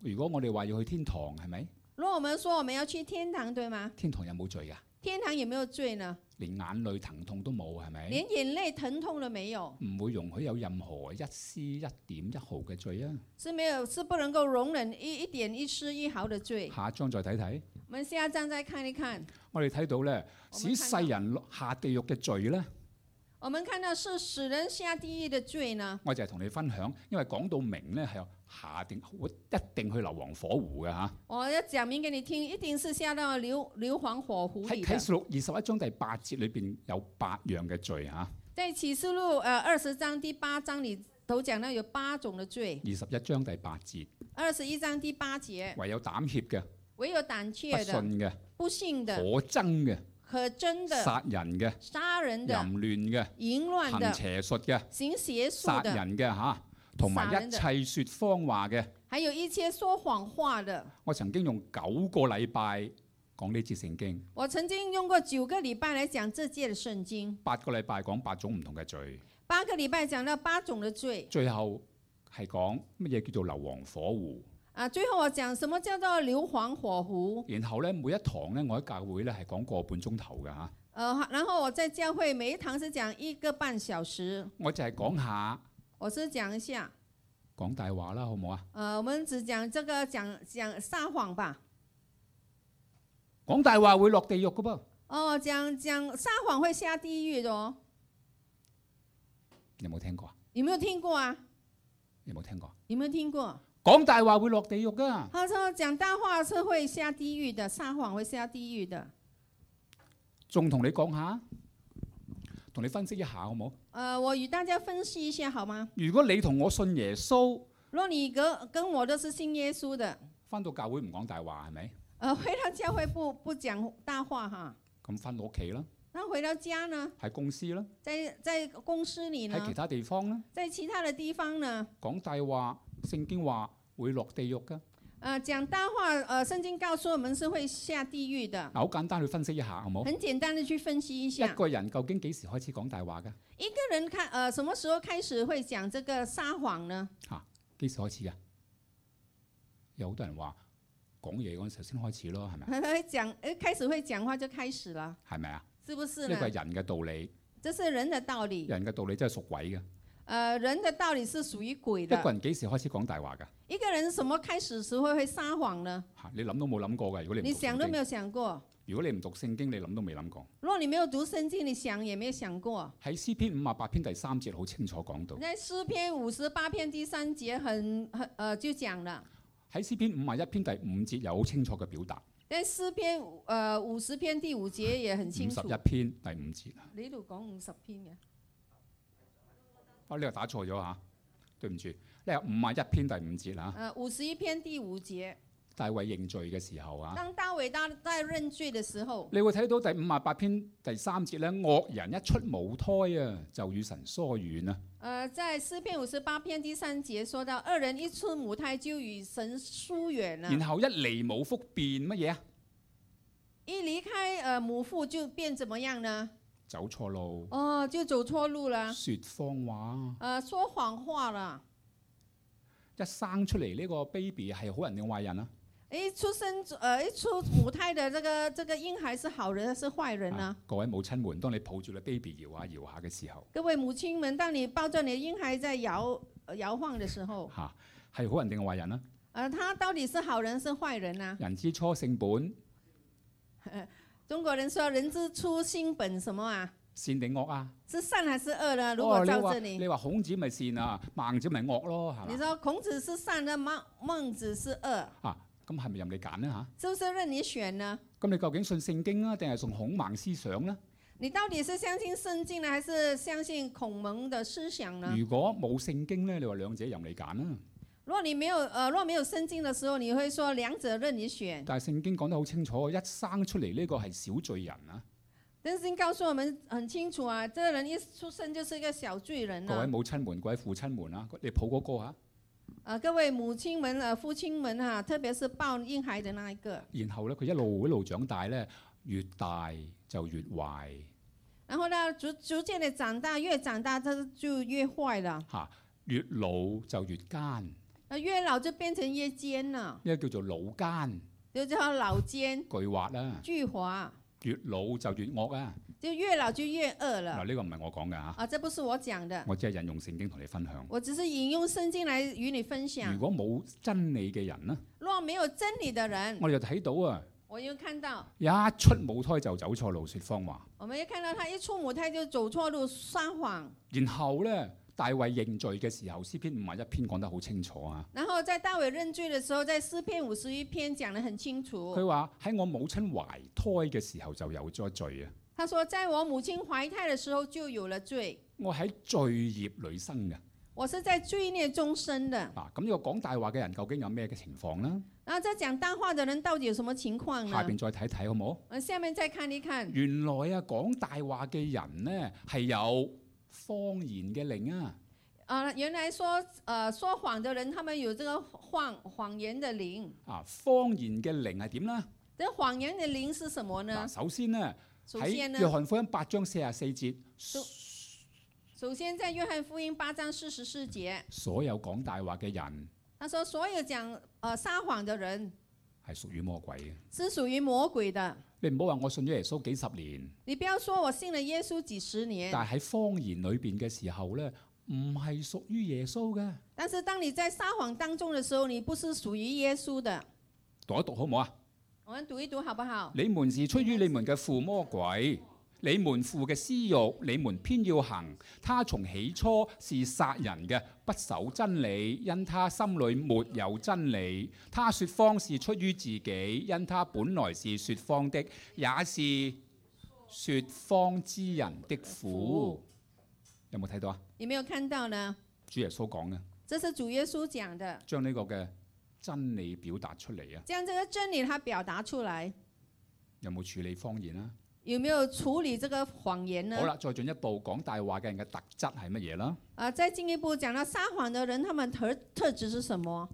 如果我哋話要去天堂，係咪？如果我们说我们要去天堂，对吗？天堂有冇罪㗎？天堂有没有罪呢？連眼淚疼痛都冇，係咪？连眼泪疼痛都没有，唔會容許有任何一絲一點一毫嘅罪啊！是没有，是不能够容忍一一点一丝一毫的罪。下一章再睇睇。我们下一章再看一看，我哋睇到咧，我使們世人落下地獄嘅罪咧，我们看到是使人下地狱的罪呢。我就係同你分享，因為講到明咧係下定一定去硫磺火湖嘅嚇。我要讲明给你听，一定是下到硫硫磺火湖喺里啟的。示錄二十一章第八節裏邊有八樣嘅罪嚇，二在启示录呃二十章第八章里头讲到有八种的罪，十一章第八節，二十一章第八节，唯有膽怯嘅、唯有胆不怯的、信哦嘅、不信的、可憎嘅、可真的、殺人嘅、杀人淫的、亂淫嘅、乱行的、邪術嘅、行邪术殺的，人嘅嚇，同埋殺人一切説謊話嘅。还有一些说谎话的。我曾經用九個禮拜講呢節聖經，我曾经用过九个礼拜来讲这届的圣经，八個禮拜講八種唔同嘅罪。八个礼拜讲到八种的罪最後係講乜嘢叫做硫磺火湖。啊。最后我讲什么叫做硫磺火湖，然後咧，每一堂咧，我喺教會咧係講個半鐘頭嘅嚇。呃，然后我在教会每一堂是讲一个半小时，我就係講下我是讲一下，講大話啦，好唔好啊？呃，我们只讲这个讲讲撒谎吧，講大話會落地獄噶噃，哦，讲讲撒谎会下地狱的哦，你有冇聽過啊？有没有听过啊？你有冇聽過啊？有没有听过？講大話會落地獄噶。他说讲大话是会下地狱的，撒谎会下地狱的。仲同你講下，同你分析一下好冇？呃，我与大家分析一下好吗？如果你同我信耶穌，若你跟跟我都是信耶穌的，翻到教會唔講大話係咪？呃，回到教会不不讲大话哈，咁翻到屋企啦，那回到家呢，喺公司啦，在在公司里喺其呢，他地方啦，在其他的地方呢，講大話，聖經話會落地獄噶。呃，讲大话，呃，圣经告訴我們是會下地獄的。嗱，好簡單去分析一下好冇？很簡單的去分析一啊一下，個人究竟幾時開始講大話㗎？一個人看，呃，什麼時候開始會講這個撒謊呢？ 幾時開始㗎？有好多人話講嘢嗰陣時候先開始咯，係咪？會講，呃，開始會講話就開始了，係咪啊？是不是呢個呢？係人嘅道理，這是人的道理，人嘅道理真係屬鬼嘅。呃，人的道理是屬於鬼一個的。人幾時開始講大話㗎？一個人什麼開始時會會撒謊呢？嚇，你諗都冇諗過㗎。如果你唔你讀聖想都經沒有想過。如果你唔讀聖經，你諗都未諗過。如果你沒有讀聖經，你想也沒有想過。喺詩篇五十八篇第三節好清楚講到，在詩篇五十八篇第三節很很呃就講了，喺詩篇五十一篇第五節有好清楚嘅表達。在詩篇呃五十篇第五節也很清五十楚。一篇第五節啊，呢度講五十篇嘅，啊你又打錯咗嚇，對唔住，你係五十一篇第五節啊。呃五十一篇第五節，大衛認罪嘅時候啊，當大衛大在認罪的時候，你會睇到第五十八篇第三節咧，惡人一出母胎啊，就與神疏遠啊。呃在詩篇五十八篇第三節說到，二人一出母胎就與神疏遠了，然後一離母腹變乜嘢啊？一離開呃母腹就變怎麼樣呢？走錯路，哦，啊就走錯路了，説謊話。啊呃說謊話了。一生出嚟呢個 baby 係好人定壞人啊？一出生呃一出母胎的这个这個嬰孩是好人還是壞人呢啊？各位母親們，當你抱住你 baby 搖下搖下嘅時候，各位母親們，當你抱着你的嬰孩在搖呃搖晃的時候，嚇係好人定壞人啊？呃，他到底是好人是壞人啊呢、人之初性本，中國人說人之初性本什麼啊？善定惡啊？是善還是惡呢？如哦果你照話這裡，你話孔子咪善啊，孟子咪惡咯，係你嘛？說孔子是善的，孟孟子是惡，啊，咁係咪任你揀呢？嚇？是不是任你選呢？咁你究竟信聖經啊，定係信孔孟思想呢？你到底是相信聖經呢，還是相信孔孟的思想呢？如果冇聖經呢，你話兩者任你揀啊嗯啦。如果你沒有呃，若沒有聖經的時候，你會說兩者任你選。但係聖經講得好清楚，一生出嚟呢個係小罪人啊！但是聖經告訴我們很清楚啊，這個人一出生就是一個小罪人各位啊。母親們，各位父親們啊，你抱嗰個啊，呃，各位母親們、呃父親們哈、特別是抱嬰孩的那一個。然後呢，佢一路一路長大呢，越大就越壞然後呢，逐逐漸的長大，越長大它就越壞了，嚇、越老就越奸，呢、那越老就變成越奸了，個叫做老奸就叫老奸巨滑啦。巨猾，越老就越惡啊！就越老就越惡了。嗱，呢個唔係我講㗎嚇，啊，這不是我講的，我只係引用聖經同你分享。我只是引用聖經來與你分如享。果冇真理嘅人呢，若沒有真理的人，我哋就睇到啊。我又看到，一出母胎就走錯路，説謊話。我們又看到他一出母胎就走錯路，撒謊。然後呢，大衛認罪嘅時候，詩篇五十一篇講得好清楚啊。然後在大衛認罪的時候，在詩篇五十一篇講得很清楚，佢話喺我母親懷胎嘅時候就有咗罪啊，他說：“在我母親懷胎的時候就有了罪。”我喺罪孽裏生嘅。我是在罪孽中生的。啊，咁呢個講大話嘅人究竟有咩嘅情況呢？然後在講大話的人到底有什麼情況下呢？邊再睇睇好冇？我下面再看一看，原來啊，講大話嘅人呢係有方言嘅靈啊。啊、原來說呃說謊的人，他們有這個謊謊言的靈。啊，方言嘅靈係點呢？這謊言的靈是什麼嗱，呢？首先呢，首先喺呢約，翰福音八章四十四節，首先在約翰福音八章四十四節，所有講大話嘅人他說所有講呃撒謊的人係屬於魔鬼嘅。是屬於魔鬼的。你唔好話我信咗耶穌幾十年，你不要說我信了耶穌幾十年，但係喺方言裏邊嘅時候呢，唔係屬於耶穌嘅。但是當你在撒謊當中的時候，你不是屬於耶穌的。讀一讀好唔好啊？我们读一读好不好？你們是出於你們嘅父魔鬼，你們父嘅私欲，你們偏要行。他從起初是殺人嘅，不守真理，因他心裏沒有真理。他說謊是出於自己，因他本來是說謊的，也是說謊之人的父。有冇睇到啊？有没有看到呢？主耶穌講嘅，这是主耶稣讲的，將呢個嘅真理表達出嚟啊！将这个真理它表达出来，有冇處理方言啊？有没有处理这个谎言呢好？啦，再進一步講大話嘅人嘅特質係乜嘢啦？啊，再进一步讲到撒谎的人，他们特特质是什么？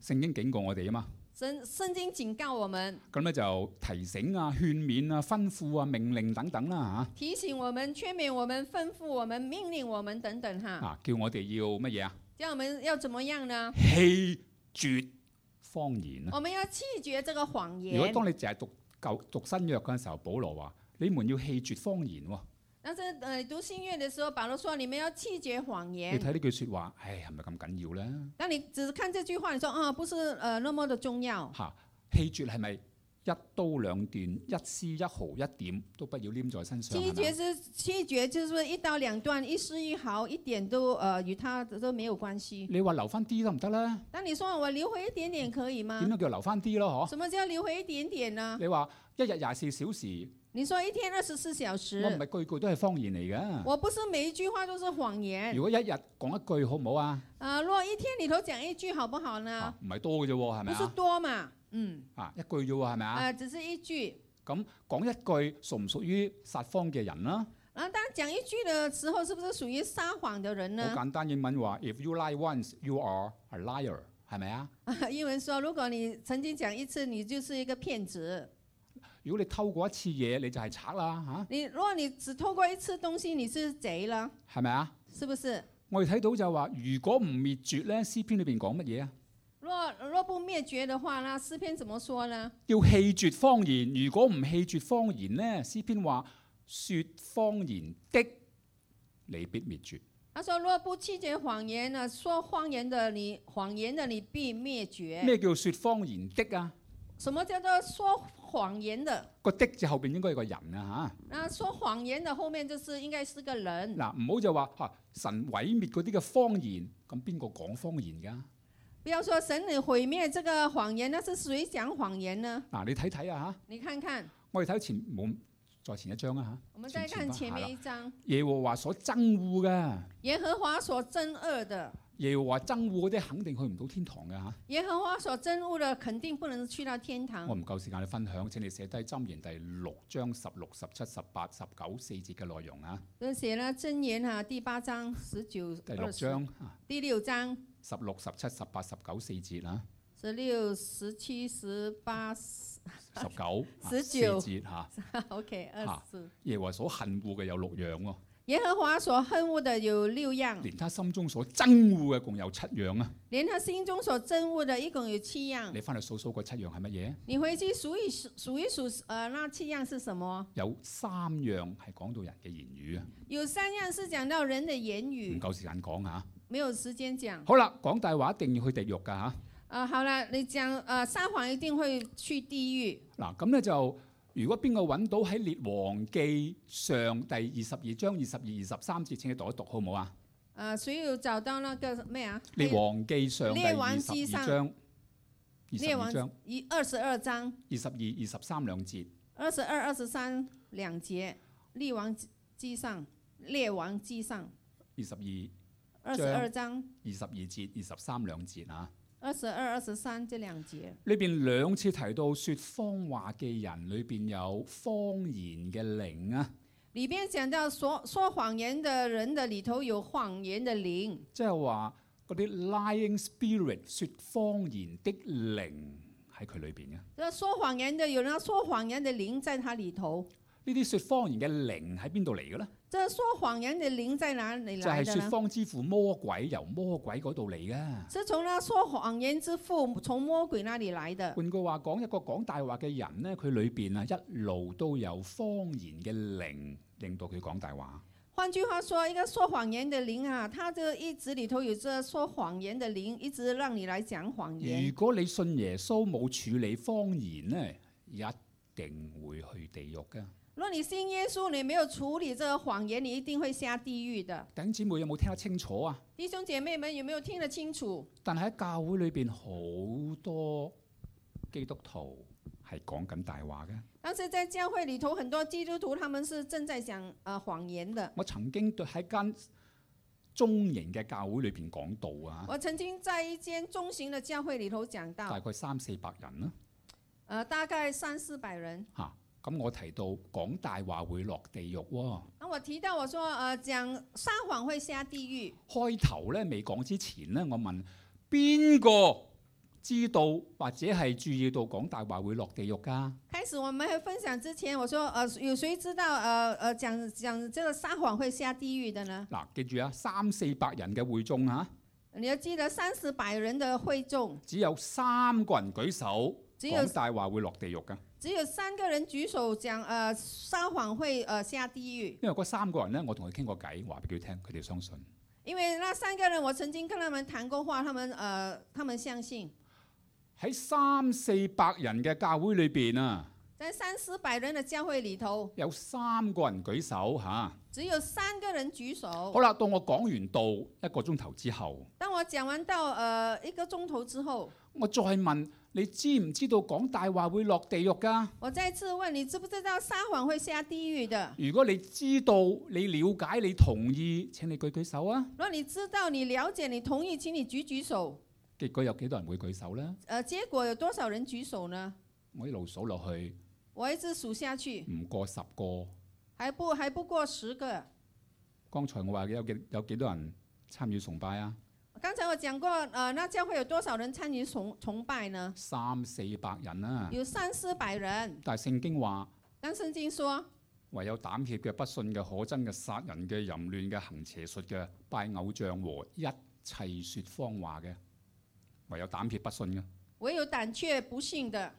聖經警告我哋啊嘛。圣圣经警告我们，咁咧就提醒啊、勸勉啊、吩咐啊、命令等等啦提醒我们、劝勉我们、吩咐我们、命令我们等等嚇，哈。啊叫我哋要乜嘢啊？叫我们要怎么样呢？棄絕方言啊！我们要弃绝這個謊如果言。當你淨係讀舊讀新約嗰陣時候，保羅話：你們要棄絕方言喎、但是，呃，读新月的时候，保罗说你们要弃绝謊你言。睇呢句説話，唉，係咪咁緊要咧？当你只是看这句话，你说啊，不是呃那么的重要。嚇、棄絕係咪一刀兩斷、一絲一毫一點都不要黏在身上？弃係咪绝啊是弃绝，就是一刀两断，一丝一毫，一点都呃与他都没有关系。你話留翻啲得唔得咧？当你说我留回一点点可以點吗？樣叫留翻啲咯？什么叫留回一点点呢嗬？？你話一日廿四小時，你说一天二十四小我唔时，係句句都係方言嚟嘅。我不是每一句话都是谎言如果一日講一句好唔好啊？啊。若一天里头讲一句好不好呢啊？唔係多嘅啫喎，係不咪是啊？多嘛，嗯，啊，一句啫喎，係咪啊？啊，只是一句。咁講一句屬唔屬於撒謊嘅人啦？然后，当讲一句的时候，是不是屬於撒謊的人好呢？簡單英文話：If you lie once, you are a liar，係咪啊？ 英文说，如果你曾經講一次，你就是一個騙子。如果你偷過一次嘢，你就係賊啦你如果你只偷過一次東西，你是賊了，嚇，係咪啊？是不是？我哋睇到就係話，如果唔滅絕咧，詩篇裏邊講乜嘢啊？若若不滅絕的話，那詩篇怎麼說呢？要棄絕方言。如果唔棄絕方言咧，詩篇話：説方言的，你必滅絕。他說：若不棄絕謊言呢，說謊言的你，謊言的你必滅絕。咩叫説方言的啊？什麼叫做說謊言的？個的字後邊應該有個人啊嚇。那說謊言的後面就是應該是個人。嗱，唔好就話嚇、啊神毀滅嗰啲嘅方言，咁邊個講方言㗎？不要說神你毀滅這個謊言，那是誰講謊言呢？嗱，你睇睇啊你看看。嚇，我哋睇前冇再前一章啊我们再看前面一章，嚇，耶和華所憎惡嘅，耶和華所憎恶的，耶和華憎惡嗰啲肯定去唔到天堂嘅嚇。耶和華所憎恶的肯定不能去到天我堂。唔夠時間去分享，請你寫低箴言第六章十六、十七、十八、十九四節嘅內容啊。这写了箴言啊，第八章十九、第六20章啊，第六章十六、十七、十八、十九四節啊，十六、十七、十八十九、啊十九四節嚇。 ，OK，二啊十四。耶和華所恨惡嘅有六樣喎，耶和華所恨恶的有六样，連他心中所憎惡嘅共有七樣啊。连他心中所憎恶的一共有七样。你翻去數數嗰七樣係乜嘢？你回去数一数，数一数，呃，那七样是什么？有三樣係講到人嘅言語啊，有三样是講到人的言唔語，夠時間講嚇。没有時間講。好啦，講大話一定要去地獄㗎嚇。啊、好了，你讲呃，撒谎一定会去地狱。嗱，咁咧就如果邊個揾到喺列王記上第二十二章二十二、二十三節，請你讀一讀好唔好啊？呃，谁有找到那个咩啊？列王記上第列二王十記二上章二十列二王章一二十二章二十二、二十三兩節，二十二、二十三两节，列王记上，列王记上二十二、二十二章二十二節、二十三兩節啊。二十二、二十三这两节。裏邊兩次提到説謊話嘅人，裏邊有謊言嘅靈啊，里边讲到说说谎言的人的里头有谎言的灵，即係話嗰啲 lying spirit 説謊言的靈喺佢裏邊嘅。那说谎言的有人要说谎言的灵在他里头。呢啲説謊言嘅靈喺邊度嚟嘅咧？这说谎言的灵在哪里就来係的説呢？謊之父魔鬼由魔鬼嗰度嚟嘅。是从那说谎言之父从魔鬼那里來的。換句話講，一個講大話嘅人呢，佢裏邊啊一路都有謊言嘅靈，令到佢講大話。换句话说，一个说谎言的灵啊，他这一直里头有这说谎言的灵，一直让你来讲谎言。如果你信耶穌冇處理方言呢，一定會去地獄噶。若你信耶稣，你没有处理这个谎言，你一定会下地狱的。弟兄姊妹有冇聽得清楚啊？弟兄姐妹们，有没有听得清楚？但係喺教會裏邊好多基督徒係講緊大話嘅。但是在教会里头，很多基督徒他们是正在讲呃谎言的。我曾經對喺間中型嘅教會裏邊講道啊，我曾经在一间中型的教会里头讲大到，概三四百人啦、呃，大概三四百人。嚇、咁我提到講大話會落地獄喎、那我提到我说，呃，讲撒谎会下地狱。開頭咧未講之前咧，我問邊個知道或者係注意到講大話會落地獄㗎？开始我们会分享之前，我说，呃，有谁知道，呃呃，讲讲这个撒谎会下地狱的呢？嗱，記住啊，三四百人嘅會眾嚇，你要记得，三四百人的会众，只有三個人舉手只有講大話會落地獄㗎，只有三个人举手讲，呃，撒谎会呃下地狱。因為嗰三個人咧，我同佢傾過偈，話俾佢聽，佢哋相信。因为那三个人，我曾经跟他们谈过话，他们呃，他们相信，喺三四百人嘅教會裏邊啊，在三四百人的教会里头，有三個人舉手嚇。只有三个人举手好。啦，到我講完道一個鐘頭之後，当我讲完到呃一个钟头之后，我再問你知唔知道講大話會落地獄㗎？我再次问你，知不知道撒谎会下地狱的？如果你知道、你了解、你同意，請你舉舉手啊！若你知道、你了解、你同意，请你举举手。結果有幾多人會舉手呢？呃，结果有多少人举手呢？我一路數落去，我一直数下去，唔過十個。还不还不过十个。剛才我話有幾有幾多人參與崇拜啊？刚才我讲过，呃，那教会有多少人参与崇崇拜呢？三四百人啊！有三四百人。但係聖經話，但圣经说，唯有膽怯嘅、不信嘅、可憎嘅、殺人嘅、淫亂嘅、行邪術嘅、拜偶像和一切説謊話嘅，唯有膽怯不信嘅、唯有胆怯不信的、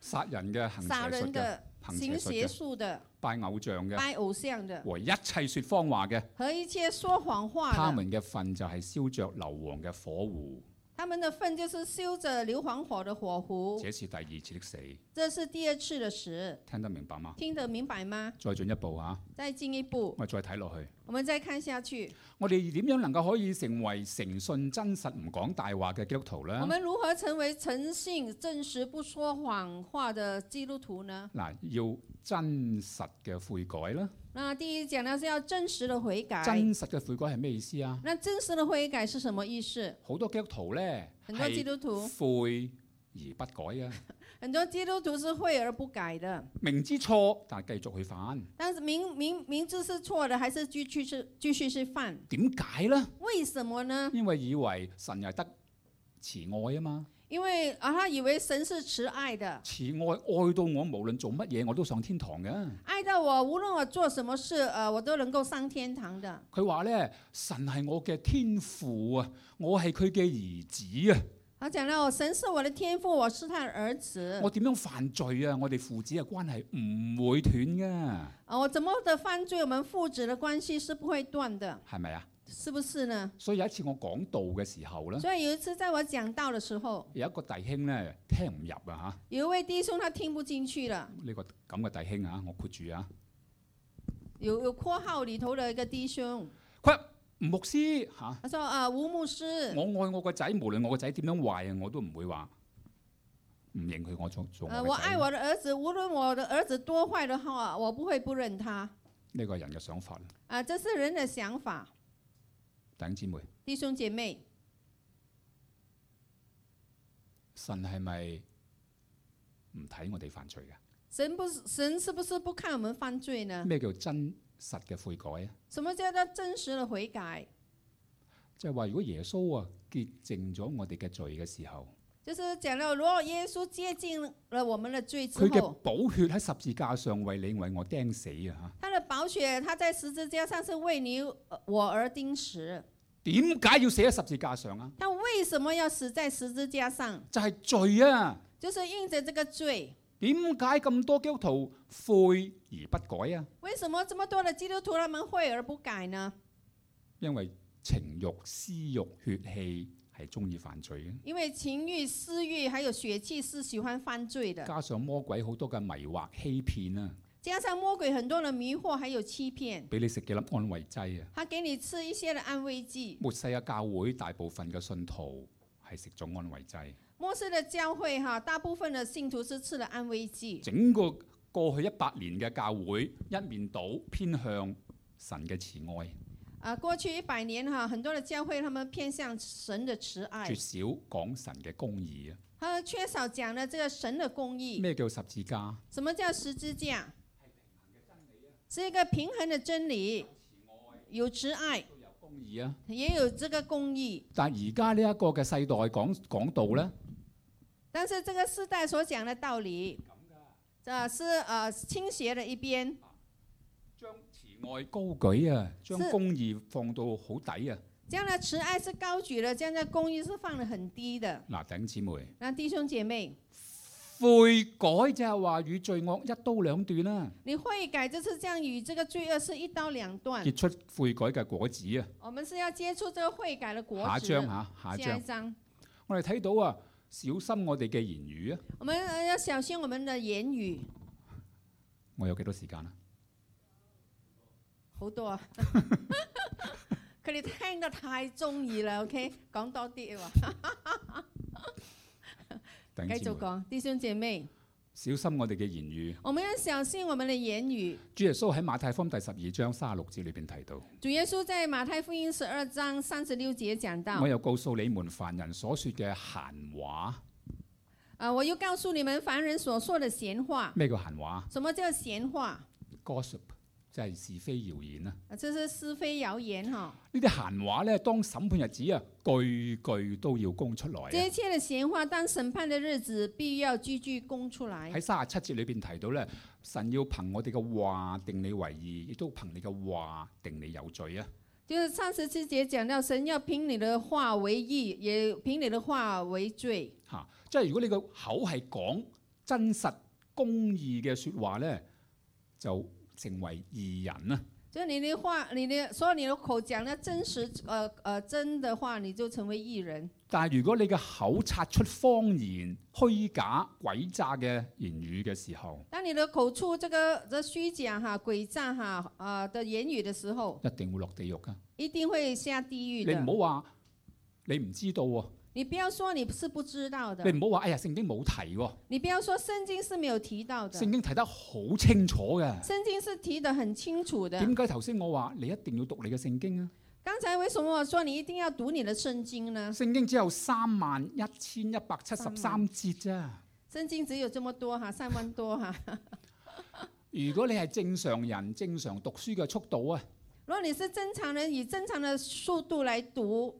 殺人嘅、行邪杀術人嘅、的、行邪行術邪嘅、术的、拜偶像嘅拜偶像的和一切説謊話嘅。和一切说谎他话的，們嘅份就係燒着硫磺嘅火湖，他们的份就是修着硫磺火的火壶。這是第二次的死，这是第二次的死，聽得明白嗎？听得明白吗？再進一步啊，再进一步，我哋再睇落去，我们再看下去，我哋點樣能夠可以成為誠信真實唔講大話嘅基督徒我呢？们如何成为诚信、正实、不说谎话的基督徒呢？嗱，要真實嘅悔改啦，那第一讲到是要真实的悔改。真實嘅悔改係咩意思啊？那真实的悔改是什么意思？好多基督徒呢，很多係基督徒，悔而不改嘅，很多基督徒是悔而不改的，明知錯但係繼續去犯，但是明明明知是错的，还是继续是继续是犯，點解呢？为什么呢？因為以為神係得慈愛啊嘛，因为啊，他以为神是慈爱的，慈愛愛到我無論做乜嘢我都上天堂嘅。爱到我无论我做什么事，呃，我都能够上天堂的。佢話咧，神係我嘅天父啊，我係佢嘅兒子啊，他讲到，神是我的天父，我是他的儿子。我點樣犯罪啊？我哋父子嘅關係唔會斷噶，啊，我怎么的犯罪，我们父子的关系是不会断的，係咪啊？是不是呢？所以有一次我講道嘅時候咧，所以有一次在我讲道的时候，有一個弟兄咧聽唔入啊有一位弟兄他听不进去了嚇，，呢、個咁嘅弟兄啊，我括住啊，有有括号里头的一个弟兄，吳牧師嚇、他说啊，吴牧师，我愛我個仔，無論我個仔點樣壞啊，我都唔會話唔認佢我做做呃，我我嘅爱仔。我的儿子，无论我的儿子多坏的话，我不会不认他。呢個係人嘅想法，啊，这是人的想法，弟兄姊妹，弟兄姐妹，神係咪唔睇我哋犯罪嘅？神不是神是不是不看我们犯罪呢？咩叫真實嘅悔改啊？什么叫做真实的悔改？就係話，如果耶穌啊潔淨咗我哋嘅罪嘅時候，就是讲到，如果耶稣接近了我们的罪之佢嘅后，寶血喺十字架上為你為我釘死啊！他的宝血，他在十字架上是为你呃我而钉死。嚇，點解要死喺十字架上啊？他为什么要死在十字架上？就係、罪啊！就是应着这个罪，點解咁多基督徒悔而不改啊？为什么这么多的基督徒他们会而不改呢？因為情欲、私欲、血氣係中意犯罪嘅，因为情欲、私欲还有血气是喜欢犯罪的，加上魔鬼好多嘅迷惑、欺騙啊，加上魔鬼很多的迷惑还有欺骗，俾你食幾粒安慰劑啊。他给你吃一些的安慰剂。末世嘅教會大部分嘅信徒係食咗安慰劑，末世的教会哈，大部分的信徒是吃了安慰剂，整個過去一百年嘅教會一面倒偏向神嘅慈愛，啊，过去一百年哈，很多的教会他们偏向神的慈爱絕，少講神嘅公義啊。他缺少讲了这个神的公义。咩叫十字架？什么叫十字架？是一个平衡的真理，有慈爱，公義啊！也有这个公义。但而家呢一個嘅世代講講道咧，但是这个世代所讲的道理，这是呃倾斜的一邊，將慈愛高舉啊，將是公義放到好底啊！这样的慈爱是高举的，这样的公义是放得很低的。嗱，弟兄姊妹，那弟兄姐妹，悔改就係話與罪惡一刀兩斷啦、你悔改就是这样与这个罪恶是一刀两断。結出悔改嘅果子啊！我们是要接触这个悔改的果下一子。啊章嚇，下一下章，一章，我哋睇到啊，小心我哋嘅言語啊！我们呃要小心我们的言语，我有幾多時間啊？好多啊。佢哋聽得太中意啦，OK，講多啲啊弟兄喎，繼姊續妹，講，弟兄姐妹，小心我哋嘅言語。我們要小心我們的言語。主耶穌喺馬太福音第十二章三十六節裏邊提到。主耶稣在马太福音十二章三十六节讲到我，又告訴你們，凡人所說嘅閒話，啊，我又告诉你们，凡人所说的闲话，咩叫閒話什么叫闲话？ ？gossip 即係是非謠言啊！啊，这是是非谣言哈、呢啲閒話咧，當審判日子啊，句句都要供出來这啊！一切的闲话，当审判的日子，必要句句供出来。喺三十七節裏邊提到咧，神要憑我哋嘅話定你為義，亦都憑你嘅話定你有罪啊！就是上十七节讲到，神要凭你的话为义，也凭你的话为罪。嚇、即係如果你個口係講真實公義嘅説話咧，就成為義人啊啦。就是你的话，你的所有你的口讲的真实，呃呃真的话，你就成为义人。但係如果你嘅口擦出謊言、虛假、詭詐嘅言語嘅時候，当你的口出这个这虚假哈、诡诈哈、啊、的言语的时候，一定會落地獄噶。一定会下地狱你的。唔好話你唔知道喎，你不要说你是不知道的你，唔好話哎呀聖經冇提喎，你不要说圣经是没有提到的，聖經提得好清楚嘅。圣经是提得很清楚的。點解頭先我話你一定要讀你嘅聖經啊？刚才为什么我说你一定要讀你的圣经呢？聖經只有三萬一千一百七十三節咋。圣经只有这么多哈，三万多哈。如果你係正常人、正常讀書嘅速度啊，如果你是正常人，以正常的速度来读，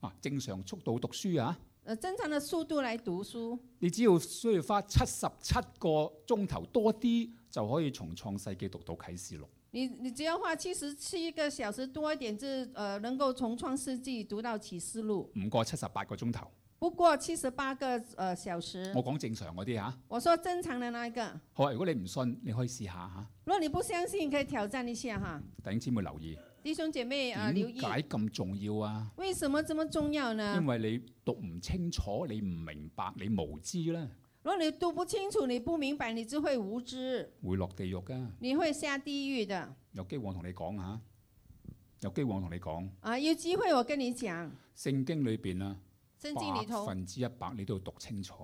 啊正常速度讀書啊，呃，正常的速度来读书，你只要需要花七十七個鐘頭多啲，就可以從創世記讀到啟示錄。你你只要花七十七个小时多一点，这呃能够从创世纪读到启示录，唔過七十八個鐘頭。不过七十八个呃小时。我講正常嗰啲嚇。我说正常的那一个，好啊，如果你唔信，你可以試下嚇。如果你不相信，可以挑战一下哈，弟兄姊妹留意，弟兄姐妹啊、呃點留意，解咁重要啊？为什么这么重要呢因？為你讀唔清楚，你唔明白，你無知咧，如果你读不清楚，你不明白，你就会无知，會落地啊獄噶。你会下地狱的有機會我同你講嚇，有機會我同你講，啊！有机会我跟你讲，聖經裏邊啊，圣经里百头，分之一百你都要讀清楚。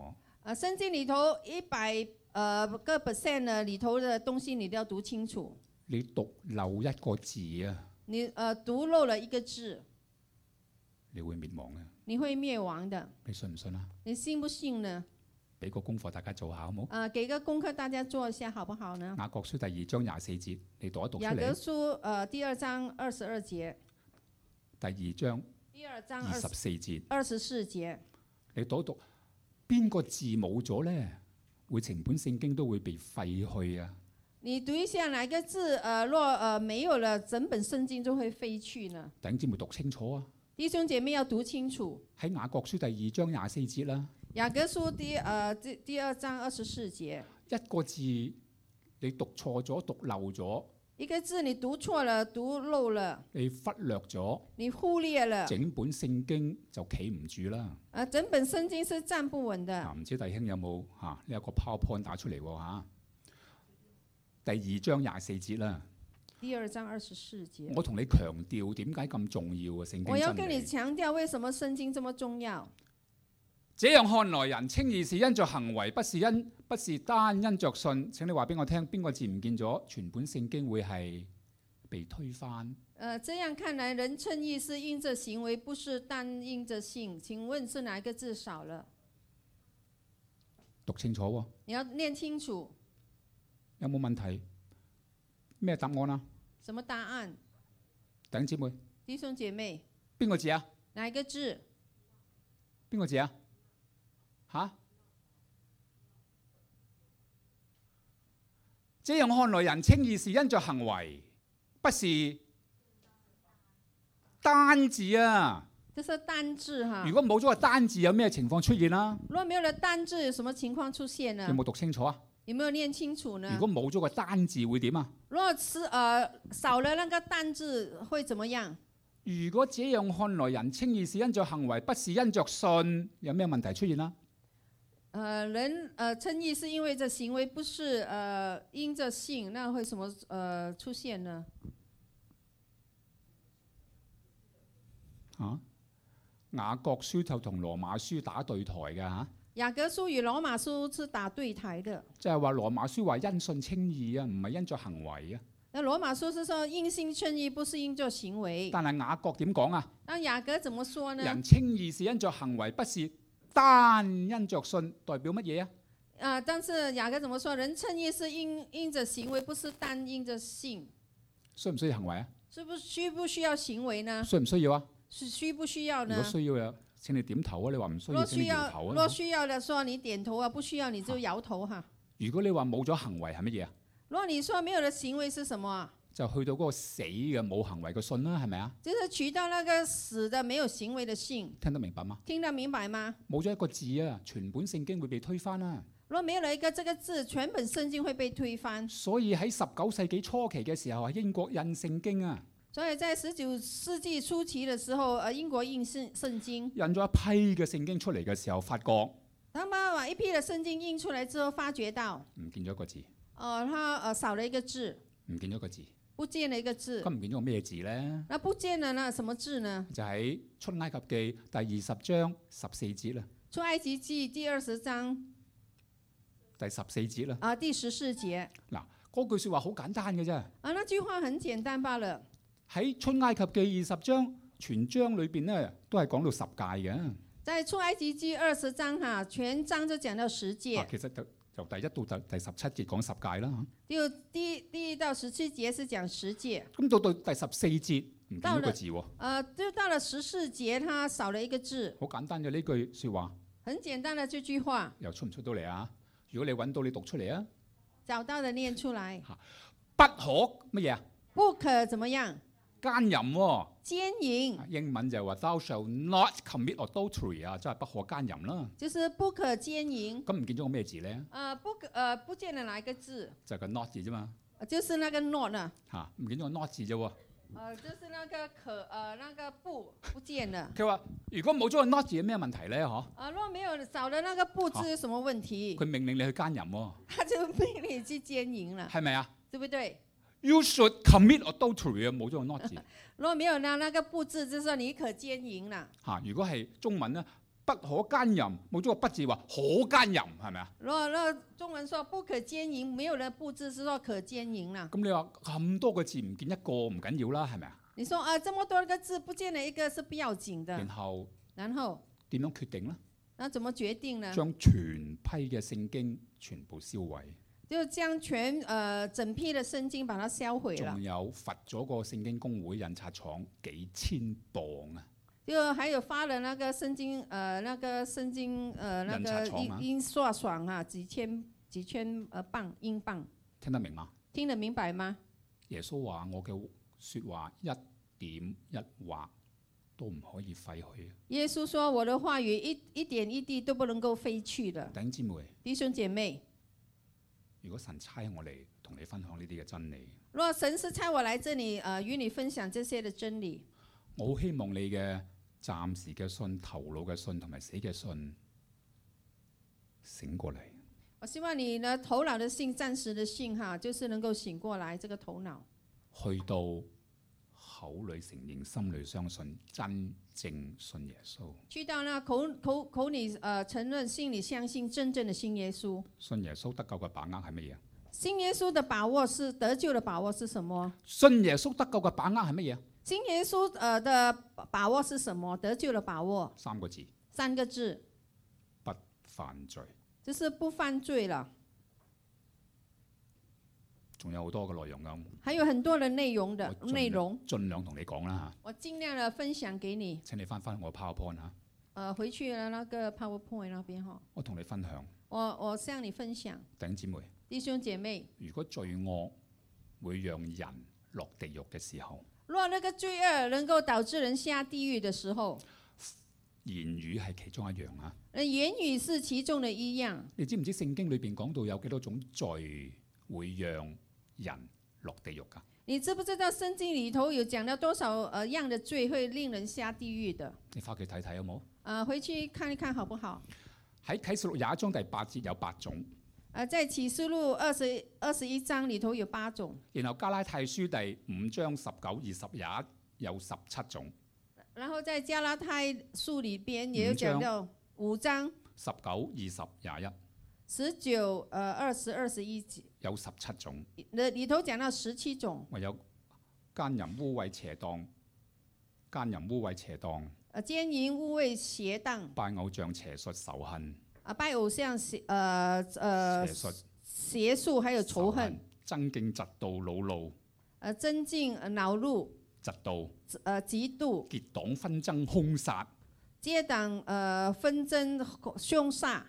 啊，圣经里头一百呃个 percent 呢里头的东西，你都要读清楚。你讀漏一個字啊，你呃读漏了一个字，你會滅亡嘅。你会灭亡的。你信唔信啊？你信不信呢？俾個功課大家做下好冇？啊，给個功課大家做一下好不好呢？雅各書第二章廿四節，你讀一讀出雅各嚟。書呃第二章二十二節，第二章第二章二二十十四節。二十四節。你讀一讀邊個字冇咗呢？會成本聖經都會被廢去啊！你读一下哪一个字呃若呃没有了，整本圣经就会飞去呢？弟兄姊妹讀清楚啊！弟兄姐妹要读清楚，喺雅各書第二章廿四節啦，雅各書第呃第第二章二十四節，一個字你讀錯咗、讀漏咗，一个字你读错了、读漏了、你忽略咗，你忽略了，整本聖經就企唔住啦。啊，整本圣经是站不稳的。嗱，唔知弟兄有冇嚇呢一個 PowerPoint 打出嚟喎嚇？第二章廿四節啦，第二章二十四节，我同你強調點解咁重要嘅聖我要經跟真你理。强调为什么圣经这么重要。這樣看來，人稱義是因着行為，不是因不是單因着信。請你話俾我聽，邊個字唔見咗，全本聖經會係被推翻。呃，这样看来，人称义是因着行为，不是单因着性。请问是哪一个字少了？讀清楚喎，你要念清楚有冇問題？咩答案啊？什么答案，弟兄姊妹，弟兄姐妹，邊個字啊？哪一个字？邊個字啊？吓？這樣看來，人稱義是因着行為，不是單字啊！这是单字哈如。果冇咗個單字，有咩情況出現啦、如果没有了单字，有什么情况出现呢有？冇讀清楚啊？有没有念清楚呢如？果冇咗個單字會點啊？如果是呃少了那个单字会怎么樣？如果這樣看來，人稱義是因着行為，不是因着信，有咩問題出啊現啦？呃，人呃称义是因为这行为，不是呃因着性，那会什么呃出现呢？啊，雅各書就同羅馬書打對台嘅嚇、啊雅各书与罗马书是打对台的，就係話羅馬書話因信稱義啊，唔係因着行為啊。那罗马书是说因信称义，不是因着行为。但係雅各點講啊？那雅各怎么说呢？人稱義是因着行為，不是單因着信，代表乜嘢啊？啊、但是雅各怎么说？人称义是因因着行为，不是单因着性。需唔需要行為啊？是不需不需要行为呢？需唔需要啊？是需不需要如呢果？需要啊，請你點頭啊！你話唔需要，若請需你搖要頭啊若！需要的说你点头啊，不需要你就摇头哈。如果你話冇咗行為係乜嘢啊？如果你说没有的行为是什么啊？就去到嗰個死嘅冇行為嘅信啦，係咪啊？就是取到那个死的没有行为的性，聽得明白嗎？听得明白吗？冇咗一個字啊，全本聖經會被推翻啊啦。若没有了一个这个字，全本圣经会被推翻。所以喺十九世紀初期嘅時候，喺英國印聖經啊，所以在十九世纪初期的时候，呃，英国印圣圣经，印咗一批嘅聖經出嚟嘅時候，發覺他们把一批的圣经印出来之后，发觉到，唔見咗一個字，呃，他呃少了一个字，唔見咗一個字。不见了一个字咁。唔見咗個咩字呢？那不见了那什么字呢？就喺出埃及記第二十章十四節啦，出埃及记第二十章第十四節啦。啊、第十四节嗰句説話好簡單嘅啫，啊，那句话很简单罢了。喺出埃及記二十章全章裏邊呢，都係講到十戒嘅。在出埃及记二十章哈、全章就讲到十诫。啊，其實就由第一到第第十七節講十戒啦。就第第一到十七节是讲十诫，咁到到第十四節唔見咗個字喎，呃，就到了十四节，它少了一个字，好簡單嘅呢句説話，很简单的这句话，又出唔出到嚟啊？如果你揾到，你讀出嚟啊！找到的念出来，不可乜嘢啊？不可怎么样奸淫喎、奸淫，英文就係話 thou shall not commit adultery 啊，真係不可奸淫啦。就是不可奸淫，咁唔見咗個咩字咧？呃，不可呃不见了哪一个字，就係個 not 字啫嘛，呃就是那个 not 呢，嚇啊唔見咗個 not 字啫喎。呃，就是那个可呃那个不不见了，佢話：如果冇咗個 not 字，有咩問題咧？嗬，啊、若没有少了那个不好字有什么问题？佢命令你去奸淫喎， 他就命令你去奸淫了，係咪啊对不对？ ？You should commit adultery 啊，冇咗個 not 字若没有那那个不字，就说你可奸淫了。嚇。啊如果係中文咧，不可奸淫，冇咗個不字話可奸淫，係咪啊？如果那中文说不可奸淫，没有人布置是说可奸淫啦。咁你話咁多個字唔見一個唔緊要啦，係咪啊？你说啊，这么多个字不见了一个是不要紧的然，後然后點樣決定咧？那怎么决定呢？將全批嘅聖經全部燒毀。就将全呃整批的圣经把它销毁了仲，有罰咗個聖經公會印刷廠幾千磅啊！就还有发了那个圣经呃那个圣经呃那人才个床啊英英刷爽啊几千几千呃磅英镑，聽得明嘛？听得明白吗？耶穌話：我嘅説話一點一畫都唔可以廢去。耶稣说：“我的话语一一点一滴都不能够飞去的，弟兄姊妹，弟兄姐妹，如果神差我嚟同你分享呢啲嘅真理，若神是差我来这里，呃，与你分享这些的真理，我好希望你嘅暫時嘅信、頭腦嘅信同埋死嘅信醒過嚟。我希望你呢头脑的性、暂时的性哈，就是能够醒过来这个头脑，去到口裏承認、心裏相信，真正信耶穌。去到那口口口里呃承认，心里相信真正的信耶稣。信耶穌得救嘅把握係乜嘢？信耶稣的把握是得救的把握是什么？信耶穌得救嘅把握係乜嘢？信耶稣呃的把握是什么？得救的把握三個字：三个字，不犯罪。就是不犯罪了。仲有好多嘅內容㗎，还有很多的内容的我尽量内容，盡量同你講啦我尽量的分享给你嚇。。請你翻翻我嘅 PowerPoint 嚇，呃，回去了那个 PowerPoint 那边哈，我同你分享，我我向你分享，弟兄姊妹。弟兄姐妹，如果罪惡會讓人落地獄嘅時候，若那个罪恶能够导致人下地狱的时候，言語係其中一樣啊。那言语是其中的一样。你知唔知聖經裏邊講到有幾多種罪會讓人落地獄㗎？你知不知道圣经里头有讲到多少呃样的罪会令人下地狱的？你翻去睇睇好冇？呃，回去看一看好不好？喺啟示錄廿一章第八節有八種，呃，在启示录二十二十一章里头有八种，然後加拉太書第五章十九、二十、廿一有十七種，然后在加拉太书里边也有五章讲到五章十九、二十、廿十九呃二十二十一节，一有十七種，里里头讲到十七种。唯有奸淫污穢邪蕩、奸淫污穢邪蕩、呃，奸淫、污秽、邪荡拜偶像、邪術、仇恨、啊，拜偶像、邪呃呃邪術。邪术，还有仇恨、、爭競、嫉妒、惱怒、呃增进、呃恼怒、嫉妒、呃嫉妒、結黨、紛爭、兇殺，结党、呃纷争、呃凶杀，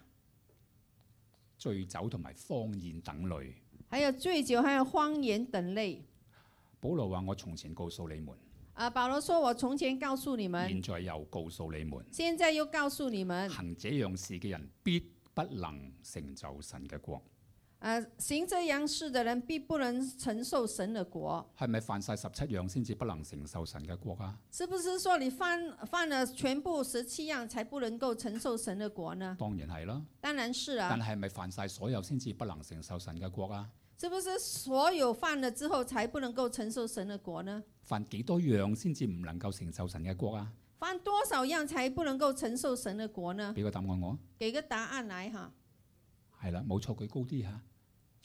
醉酒同埋方言等類。还有醉酒，还有荒言等类。保羅話：我從前告訴你們，啊，保罗说：“我从前告诉你们，現在又告訴你們，现在又告诉你们，行這樣事嘅人必不能成就神嘅國。呃，行这样事的人必不能承受神的国。係咪犯晒十七樣先至不能承受神嘅國啊？”是不是说你犯犯了全部十七样才不能够承受神的国呢？當然係啦，当然是啊。但係咪犯晒所有先至不能承受神嘅國啊？是不是所有犯了之后才不能够承受神的国呢？犯幾多樣先至唔能夠承受神嘅國啊？犯多少样才不能够承受神的国呢？俾個答案我啊。给个答案来哈，係啦，冇錯，佢高啲嚇，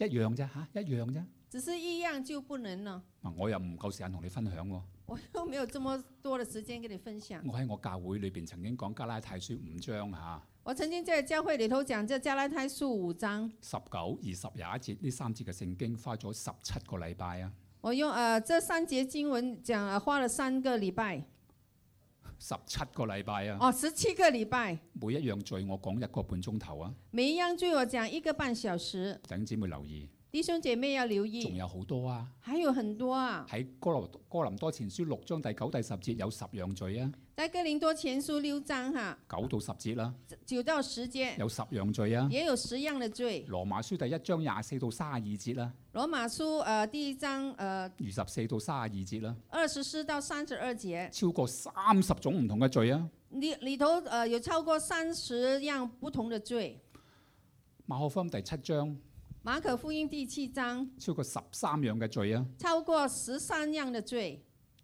一樣啫嚇，一樣啫。只是一样就不能了。嗱，我又唔夠時間同你分享喎。我又没有这么多的時間跟你分享。我喺我教會裏邊曾經講加拉太書五章嚇我曾經在教會里头講，这加拉太書五章，十九、二十、廿一節呢三節嘅聖經，花咗十七個禮拜啊，我用呃这三节经文讲、呃花了三個禮拜，十七個禮拜啊，哦，十七個禮拜，每一樣罪我講一個半鐘頭啊。每一樣罪我講一個半小時。弟兄姊妹留意，弟兄姐妹要留仲意，有好多啊。還有很多啊，喺哥羅哥林多前書六章第九、第十節有十樣罪啊，在哥林多前書六章哈、九到十節啦，九到十節。有十樣罪啊。也有十样的罪。羅馬書第一章廿四到三十二節啦，罗马书呃第一章呃二十四到三十二節啦，二十四到三十二节超過三十種唔同嘅罪啊。里里头呃有超过三十样不同的罪。馬可福音第七章马可福音第七章超過十三樣嘅罪啊。超過十三样的罪，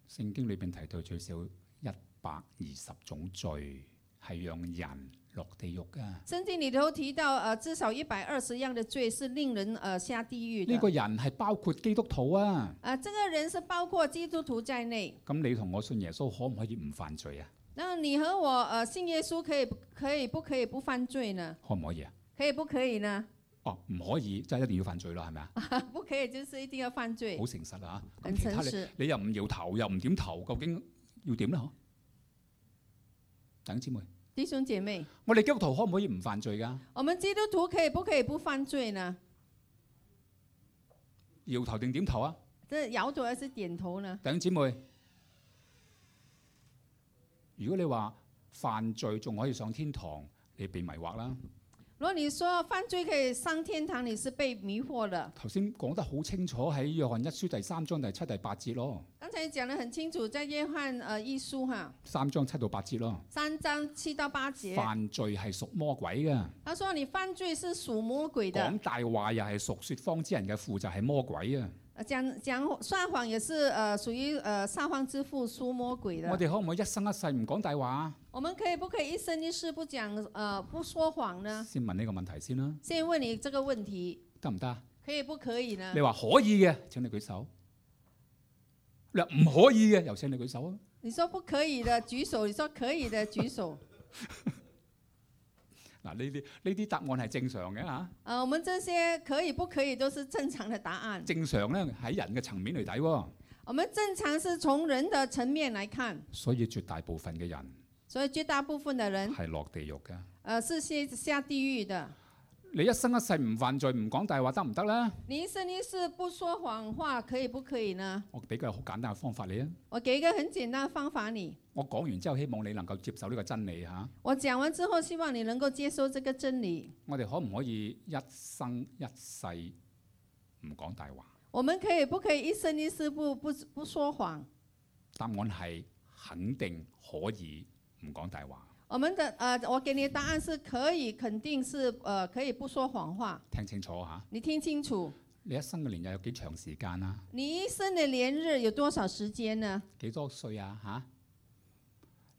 聖經裏邊提到最少一百二十種罪係讓人落地啊獄噶。呢、圣经里头提到呃至少一百二十样的罪是令人呃下地狱的。個人係包括基督徒啊。啊、这个人是包括基督徒在内。咁你同我信耶穌可唔可以唔犯罪啊？那你和我呃信耶稣可以可以不可以不犯罪呢？可唔可以啊？可以不可以呢？ 哦，唔可以，即係一定要犯罪啦，係咪啊？不可以就是一定要犯罪好，誠實啊！很其他诚实。你又唔搖頭，又唔點頭，究竟要點咧？嗬？等姊妹，弟兄姐妹，我哋基督徒可唔可以唔犯罪㗎？我们基督徒可以不可以不犯罪呢？搖頭定點頭啊？这摇头还是点头呢？弟兄姊妹，如果你話犯罪仲可以上天堂，你被迷惑啦。如果你说犯罪可以上天堂，你是被迷惑了。頭先講得好清楚喺約翰一書第三章第七、第八節咯，刚才讲得很清楚，在约翰呃一书哈三章七到八節咯。三章七到八节，犯罪係屬魔鬼嘅，他说你犯罪是属魔鬼的，講大話又係屬説謊之人嘅父，就係魔鬼啊！呃讲讲撒谎也是呃属于呃撒谎之父属魔鬼的我。哋可唔可以一生一世唔講大話啊？我们可以不可以一生一世不讲呃不说谎呢？先問呢個問題先啦，先问你这个问题，得唔得啊？可以不可以呢你？話可以嘅，請你舉手。你話唔可以嘅，又請你舉手啊！你说不可以的举手，你说可以的举手。 嗱，呢啲呢啲答案係正常嘅啊嚇，呃，我们这些可以不可以都是正常的答案。正常咧喺人嘅層面嚟睇喎，我们正常是从人的层面来看，所以絕大部分嘅人所以绝大部分的人係落地獄嘅。呃是下下地狱的。你一生一世唔犯罪唔講大話得唔得咧？你一生一世不说谎话，可以不可以呢？我俾個好簡單嘅方法你啊！我给一个很简单的方法你。我講完之後，希望你能夠接受呢個真理嚇。我讲完之后，希望你能够接受这个真理。我哋可唔可以一生一世唔講大話？我们可以不可以一生一世不不不说谎？答案係肯定可以唔講大話。我们的呃，我给你的答案是可以，肯定是呃，可以不说谎话。聽清楚嚇，你听清楚，你一生嘅年日有幾長時間啊？你一生的连日有多少时间呢？幾多歲啊？嚇、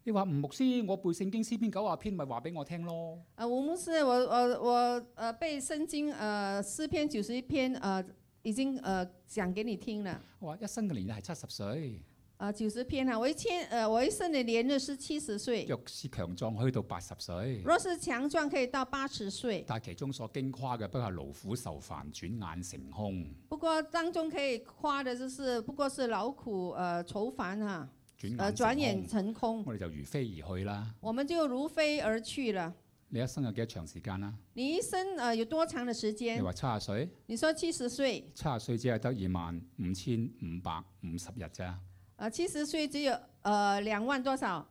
你話吳牧師，我背聖經詩篇九啊篇，咪話俾我聽咯。呃，吴牧师，我我我呃背圣经呃诗篇九十一篇呃已经呃讲给你听了，我話一生嘅年日係七十歲，呃九十篇啊，我一千呃我一生的年日是七十岁，若是強壯去到八十歲。若是强壮可以到八十岁，但其中所經跨嘅不過係勞苦受煩，轉眼成空。不过当中可以夸的就是不过是劳苦呃愁烦哈、啊，轉眼呃转成眼空成空，我哋就如飛而去啦。我们就如飞而去了。你一生有幾多長時間啦？你一生呃有多长的时你间？話七十歲，你说七十岁，七十歲只係得二萬五千五百五十日啫，二呃七十岁只有呃两万多少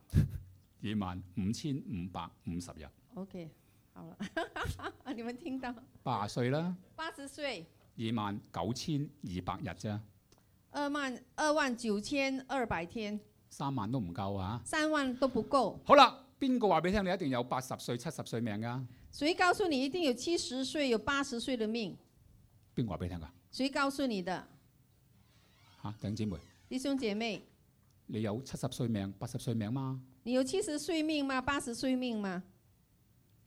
萬五千五百五十日。 ？OK，好了， 你们听到。八十歲啦，八十岁，二萬九千二百日啫，二万二万九千二百天，三萬都唔夠啊！三万都不够。好啦，邊個話俾你聽你一定有八十歲、七十歲命啊㗎？谁告诉你一定有七十岁、有八十岁的命？邊個話俾你聽㗎？谁告诉你的，嚇、弟兄姊妹，弟兄姐妹？你有七十歲命、八十歲命嗎？你有七十岁命吗？八十岁命吗？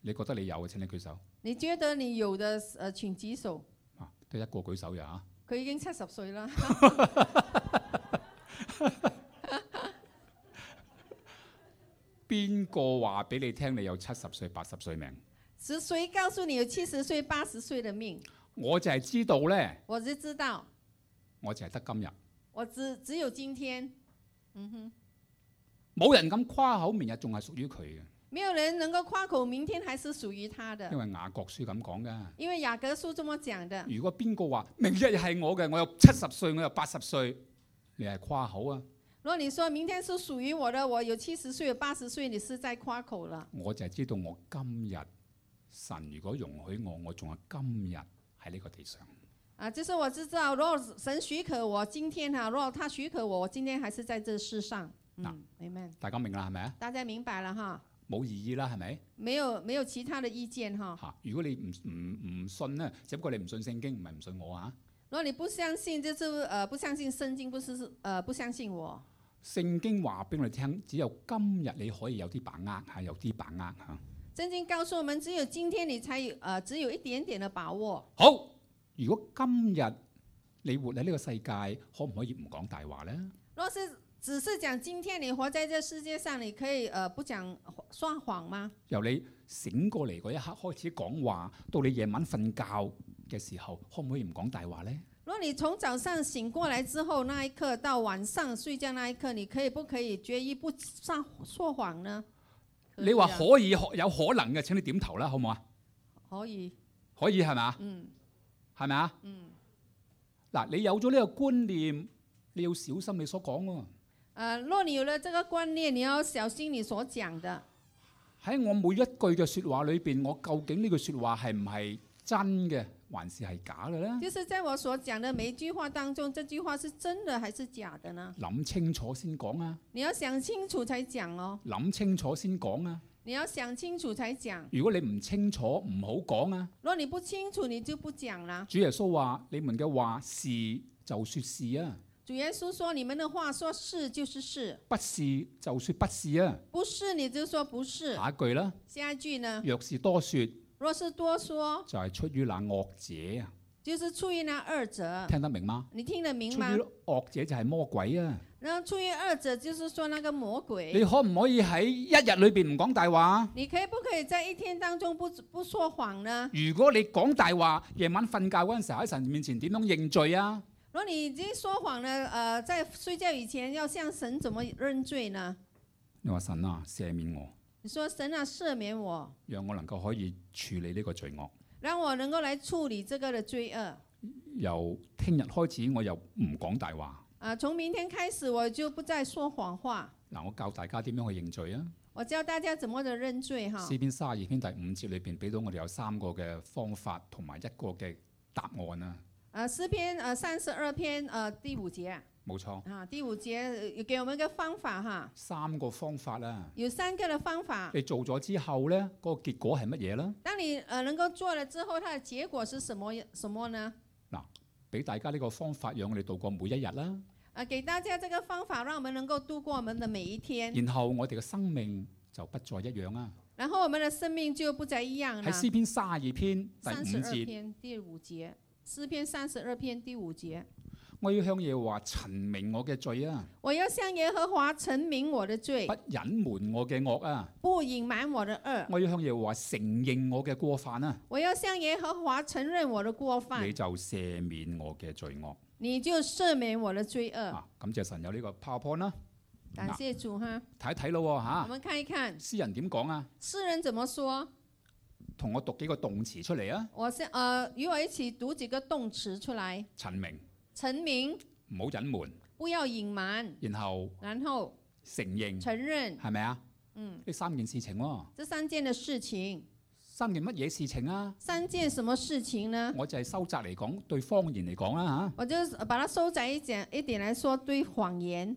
你覺得你有嘅，請你舉手。你觉得你有的呃，请举手。啊，得一個舉手呀嚇。佢已经七十岁啦，邊個話俾你聽你有七十歲、八十歲命？是谁告诉你有七十岁、八十岁的命？我就係知道呢，我只知道，我就係得今日，我只只有今天，冇人敢夸口，明日仲係屬於佢没有人能够夸口，明天还是属于他嘅，的因。為雅各書咁講噶。因为雅各书这么讲的，如果邊個話明日係我嘅，我有七十歲，我有八十歲，你係夸口啊！如果你说明天是属于我的，我有七十岁、有八十岁，你是在夸口了。我就係知道我今日神如果容許我，我仲係今日喺呢個地上。啊，就是我知道，如果神许可我今天哈、如果他许可我，我今天还是在这世上。那嗯，amen。大家明啦，係咪啊？大家明白了哈，冇意義啦，係咪？没有没有其他的意见哈。嚇！如果你唔唔唔信呢，只不過你唔信聖經，唔係唔信我啊。如果你不相信，就是呃不相信圣经，不是是呃不相信我。聖經話俾我哋聽，只有今日你可以有啲把握嚇，有啲把握嚇。圣经告诉我们，只有今天你才有呃只有一点点的把握。好，如果今日你活喺呢個世界，可唔可以唔講大話呢？若是只是讲今天你活在这世界上，你可以呃不讲算谎吗？由你醒過嚟嗰一刻開始講話，到你夜晚瞓覺嘅時候，可唔可以唔講大話呢？如果你从早上醒过来之后那一刻到晚上睡觉那一刻，你可以不可以决意不撒说谎呢？可以你話啊可以，可有可能嘅，請你點頭啦，好唔好啊？可以，可以係咪啊？嗯係咪啊？嗯，嗱，你有咗呢個觀念，你要小心你所講喎。啊呃，若你有了这个观念，你要小心你所讲的。喺我每一句嘅説話裏邊，我究竟呢句説話係唔係真嘅，還是係假嘅呢？就是在我所讲的每一句话当中，这句话是真的还是假的呢？諗清楚先講啊，你要想清楚才讲哦，諗清楚先講啊。你要想清楚才讲。如果你唔清楚，唔好講啊。若你不清楚，你就不讲啦。主耶穌話：你們嘅話是就説是啊，主耶稣说：“你们的话说是就是是，不是就説不是啊。不是你就说不是。下一句啦，”下一句呢？若是多説，若是多说，就係、出於那惡者啊。就是出于那二者。聽得明嗎？你听得啊明出吗於？惡者就係魔鬼啊！那出于二者就是说那个魔鬼。你可唔可以喺一日裏邊唔講大話？你可以不可以在一天当中不不说谎呢？如果你講大話，夜晚瞓覺嗰陣時候喺神面前點樣認罪啊？若你已经说谎了，呃，在睡觉以前要向神怎么认罪呢？你話神啊，赦免我，你说神啊，赦免我，讓我能夠可以處理呢個罪惡。让我能够来处理这个的罪恶。由聽日開始，我又唔講大話。啊，从明天开始我就不再说谎话。嗱，我教大家點樣去認罪啊？我教大家怎么的认罪哈。詩篇三十二篇第五節裏邊俾到我哋有三個嘅方法同埋一個嘅答案啊。啊，诗篇呃三十二篇呃第五节啊冇錯，啊，第五节呃有给我们一个方法哈，三個方法啊。有三个的方法。你做咗之後呢，嗰、個結果係乜嘢呢？当你呃能够做了之后，它的结果是什么什么呢？俾大家呢個方法，讓我哋度過每一日啦。啊，给大家这个方法，让我们能够度过我们的每一天，然後我哋嘅生命就不再一樣啊！然后我们的生命就不再一样喺了。詩篇三十二篇第嗯啊三五十二節，篇第五节，诗篇三十二篇第五节，我要向耶和華陳明我嘅罪啊，我要向耶和华陈明我的罪不，隱瞞我嘅惡啊！不隐瞒我的恶，我要向耶和華承認我嘅過犯啊！我要向耶和华承认我的过犯你，就赦免我嘅罪惡你就赦免我的罪恶。啊！感謝神有呢個 PowerPoint 啦，感谢主哈，睇一睇咯我嚇。们看一看詩人點講啊？诗人怎么说。同我讀幾個動詞出嚟啊！我先呃，与我一起读几个动词出来：陳明，陈明，唔好隱瞞，不要隐瞒，然後然后承認，承认係咪啊？嗯，呢三件事情喎、这三件的事情。三件乜嘢事情啊？三件什么事 情呢？我就係收窄嚟講，對方言嚟講啦嚇。我就呃把它收窄一点一点来说，对谎言。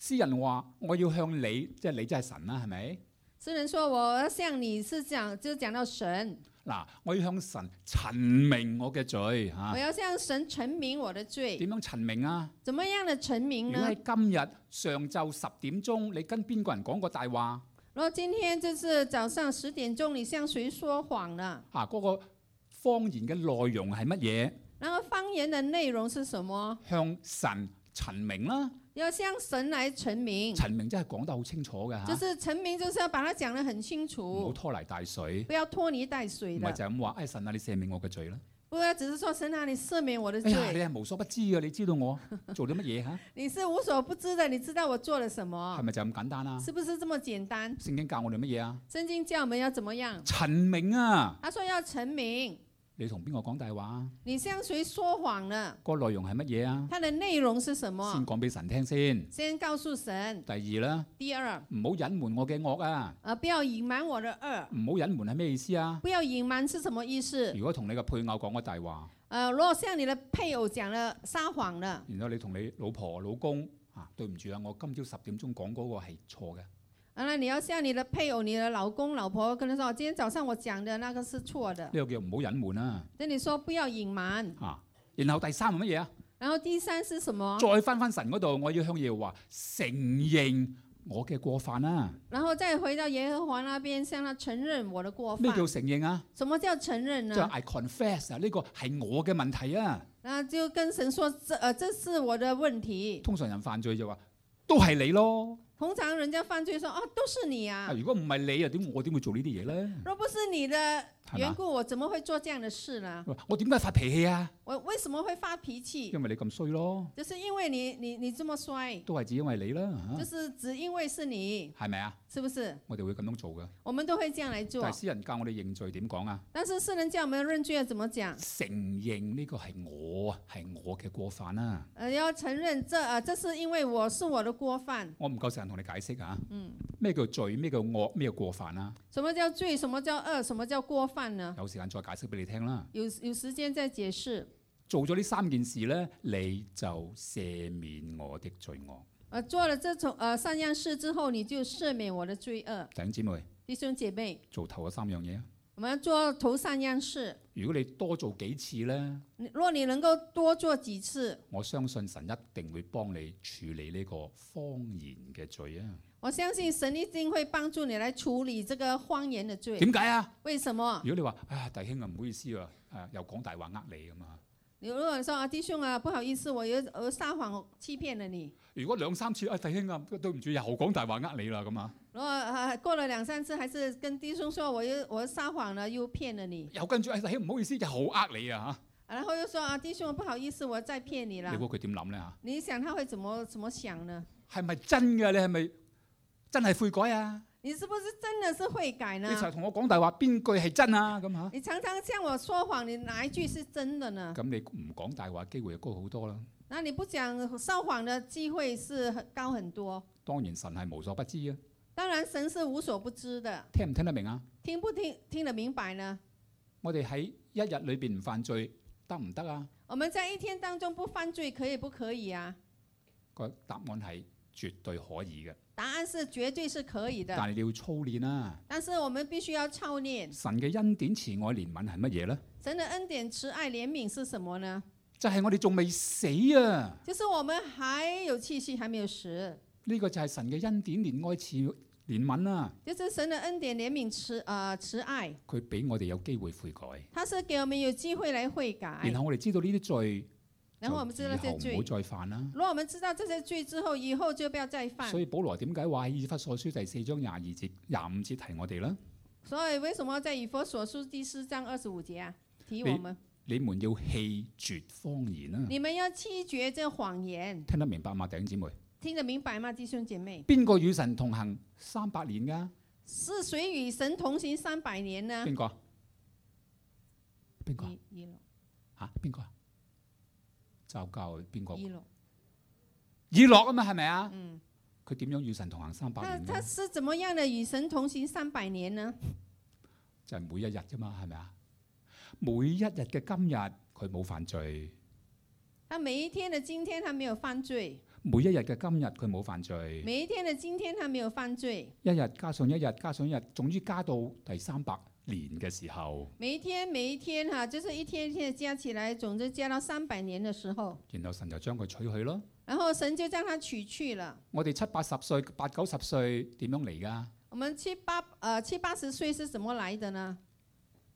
詩人話：我要向你，即係你即係神啦，係咪？诗人说：“我要向你是讲，就讲到神，嗱，我要向神陳明我嘅罪嚇。我要向神陈明我的罪。點樣陳明啊？怎么样的陈如明果呢？喺今日上晝十點鐘，你跟邊個人講過大話然后今天就是早上十点钟，你向谁说谎了？啊？嗰、個方言嘅內容係乜嘢？然后方言的内容是什么？向神陳明啦，要向神来陈明，陳明嗯真係講得好清楚嘅就嚇，是陈明，就是要把它讲得很唔好清楚，拖泥帶水，不要拖泥带水唔係的，就咁話。哎，神啊，你赦免我嘅罪啦！不要只是说神啊，你赦免我的哎呀，你罪，係無所不知嘅，你知道我做咗乜嘢嚇？你是无所不知的，你知道我做了什係么，咪就咁簡單 啊？是不是这么简单？聖經教我哋乜嘢啊？圣经教我们要怎么样？陳明啊！他说要陈明，你同邊個講大話啊？你向谁说谎了？個內容係乜嘢啊？它的内容是什先么？講俾神聽先。先告诉神。第二啦，第二，唔好隱瞞我嘅惡啊！呃，不要隐瞒我的恶，唔好隱瞞係咩意思啊？不要隱瞞是什么意思？如果同你嘅配偶講咗大話，呃，如果向你的配偶讲了撒谎了，然後你同你老婆老公啊，對唔住啊，我今朝十點鐘講嗰個係錯嘅，啊，那你要向你的配偶、你的老公、老婆跟他说，今天早上我講的那個是錯的。呢個叫唔好隱瞞啊！那你說不要隱瞞。啊，然後第三係乜嘢啊？然後第三是什麼？再翻翻神嗰度，我要向耶和華承認我嘅過犯啊！然後再回到耶和華那邊，向他承認我的過咩犯。叫承認啊？什麼叫承認即呢係？I confess 啊！呢個係我嘅問題啊！那就跟神說，這呃這是我的問題。通常人犯罪就話都係你咯。通常人家犯罪說啊，都是你啊啊，如果唔係你啊，點我點會做呢啲嘢咧？若不是你的係緣嘛？故，我怎麼會做這樣的事呢？我點解發脾氣 啊？我為什麼會發脾氣？因為你咁衰咯，就是因為你你你這麼衰，都係只因為你啦嚇，就是只因為是你，係咪啊？是不是？我哋會咁樣做嘅。我們都會這樣來但做。係詩人教我哋認罪點講啊？但是世人叫我们认罪要怎么讲？承認呢個係我啊，係我嘅過犯啊！呃，要承认这呃，这是因为我是我的过犯，我唔夠神同你解釋啊。嗯咩叫罪？咩叫惡？咩叫過犯啊？什么叫罪？什么叫恶？什么叫過犯呢？有時間再解釋俾你聽啦。有有时间再解釋。做咗呢三件事呢，你就赦免我的罪惡。呃，做了这种呃三样事之后，你就赦免我的罪恶。弟兄姊妹，弟兄姐妹，做頭嗰三樣嘢啊。我们做头三样事，如果你多做幾次呢，你若你能够多做几次，我相信神一定會幫你處理呢個謊言嘅罪啊。我相信神一定會幫助你来處理这个谎言的罪。點解啊？為什么？如果你話啊，弟兄啊，唔好意思啊，啊又講大話呃你咁啊。你如果说啊，弟兄啊，不好意思，我有我撒谎我欺騙了你。如果兩三次啊，弟兄啊，對唔住，又講大話呃你啦咁啊，如果啊過了兩三次，還是跟弟兄說我又我撒谎了，又騙了你，又跟住啊，弟兄唔好意思，又呃你啊啊然後又說啊，弟兄不好意思，我再騙你嚇。你了。估佢點諗呢？嚇？你想他會怎麼怎麼想呢？係咪真嘅？你係咪真係悔改啊？你是不是真的是悔改呢你？成日同我講大話，邊句係真啊？咁嚇，你常常向我說謊，你哪一句是真的呢？咁你唔講大話機會就高好多啦。那你不讲撒谎的机会是很高很多。當然神係無所不知啊，當然，神是無所不知的，聽唔聽得明啊？聽不聽聽得明白呢？我哋喺一日裏邊唔犯罪得唔得啊？我們在一天當中不犯罪，可以不可以啊？個答案係絕對可以嘅，答案是绝对是可以的，但係你要操練啊。但是我們必須要操練神嘅恩典、慈愛、憐憫係乜嘢呢？神的恩典、慈愛、憐憫是什麼呢？就係、我哋仲未死啊！就是我們還有氣息，還没有死，呢個就係神嘅恩典、憐愛、慈憐憫啊！就是神的恩典、憐憫、慈啊、慈愛，佢俾我哋有機會悔改，他是给我們有機會來悔然改。後我哋知道呢啲罪，然後我們知就道這以後唔好罪，再犯啦。如果我們知道這些罪之後，以後就不要再犯所。以保羅點解話喺以弗所書第四章廿二節、廿五節提我哋啦？所以為什麼在以佛所書第四章二十五節啊，提我們你們要棄絕謊言啊！你們要棄絕這謊言，聽得明白嘛，弟兄姊妹？聽得明白嗎，弟兄姐妹？邊個與神同行三百年㗎？是誰與神同行三百年呢？邊個？邊個？伊伊洛，嚇？啊邊個？就教邊個？伊洛，以諾啊嘛，係咪啊？嗯，佢點樣與神同行三百那年他㗎？是怎麼樣的與神同行三百年呢？就係每一日啫嘛，係咪啊？每一日嘅今日，佢冇犯罪；他每一天的今天他沒有犯罪，每一日嘅今日，佢冇犯罪。每一天的今天他沒有犯罪，一日加上一日，加上一日，總之加到第三百年嘅時候，每一天每一天哈、就是一天一天的加起來，總之加到三百年的時候，然後神就將佢取去咯。然後神就將他取去了。我哋七八十歲、八九十歲點樣嚟㗎？我們七八呃七八十歲是怎麼來的呢？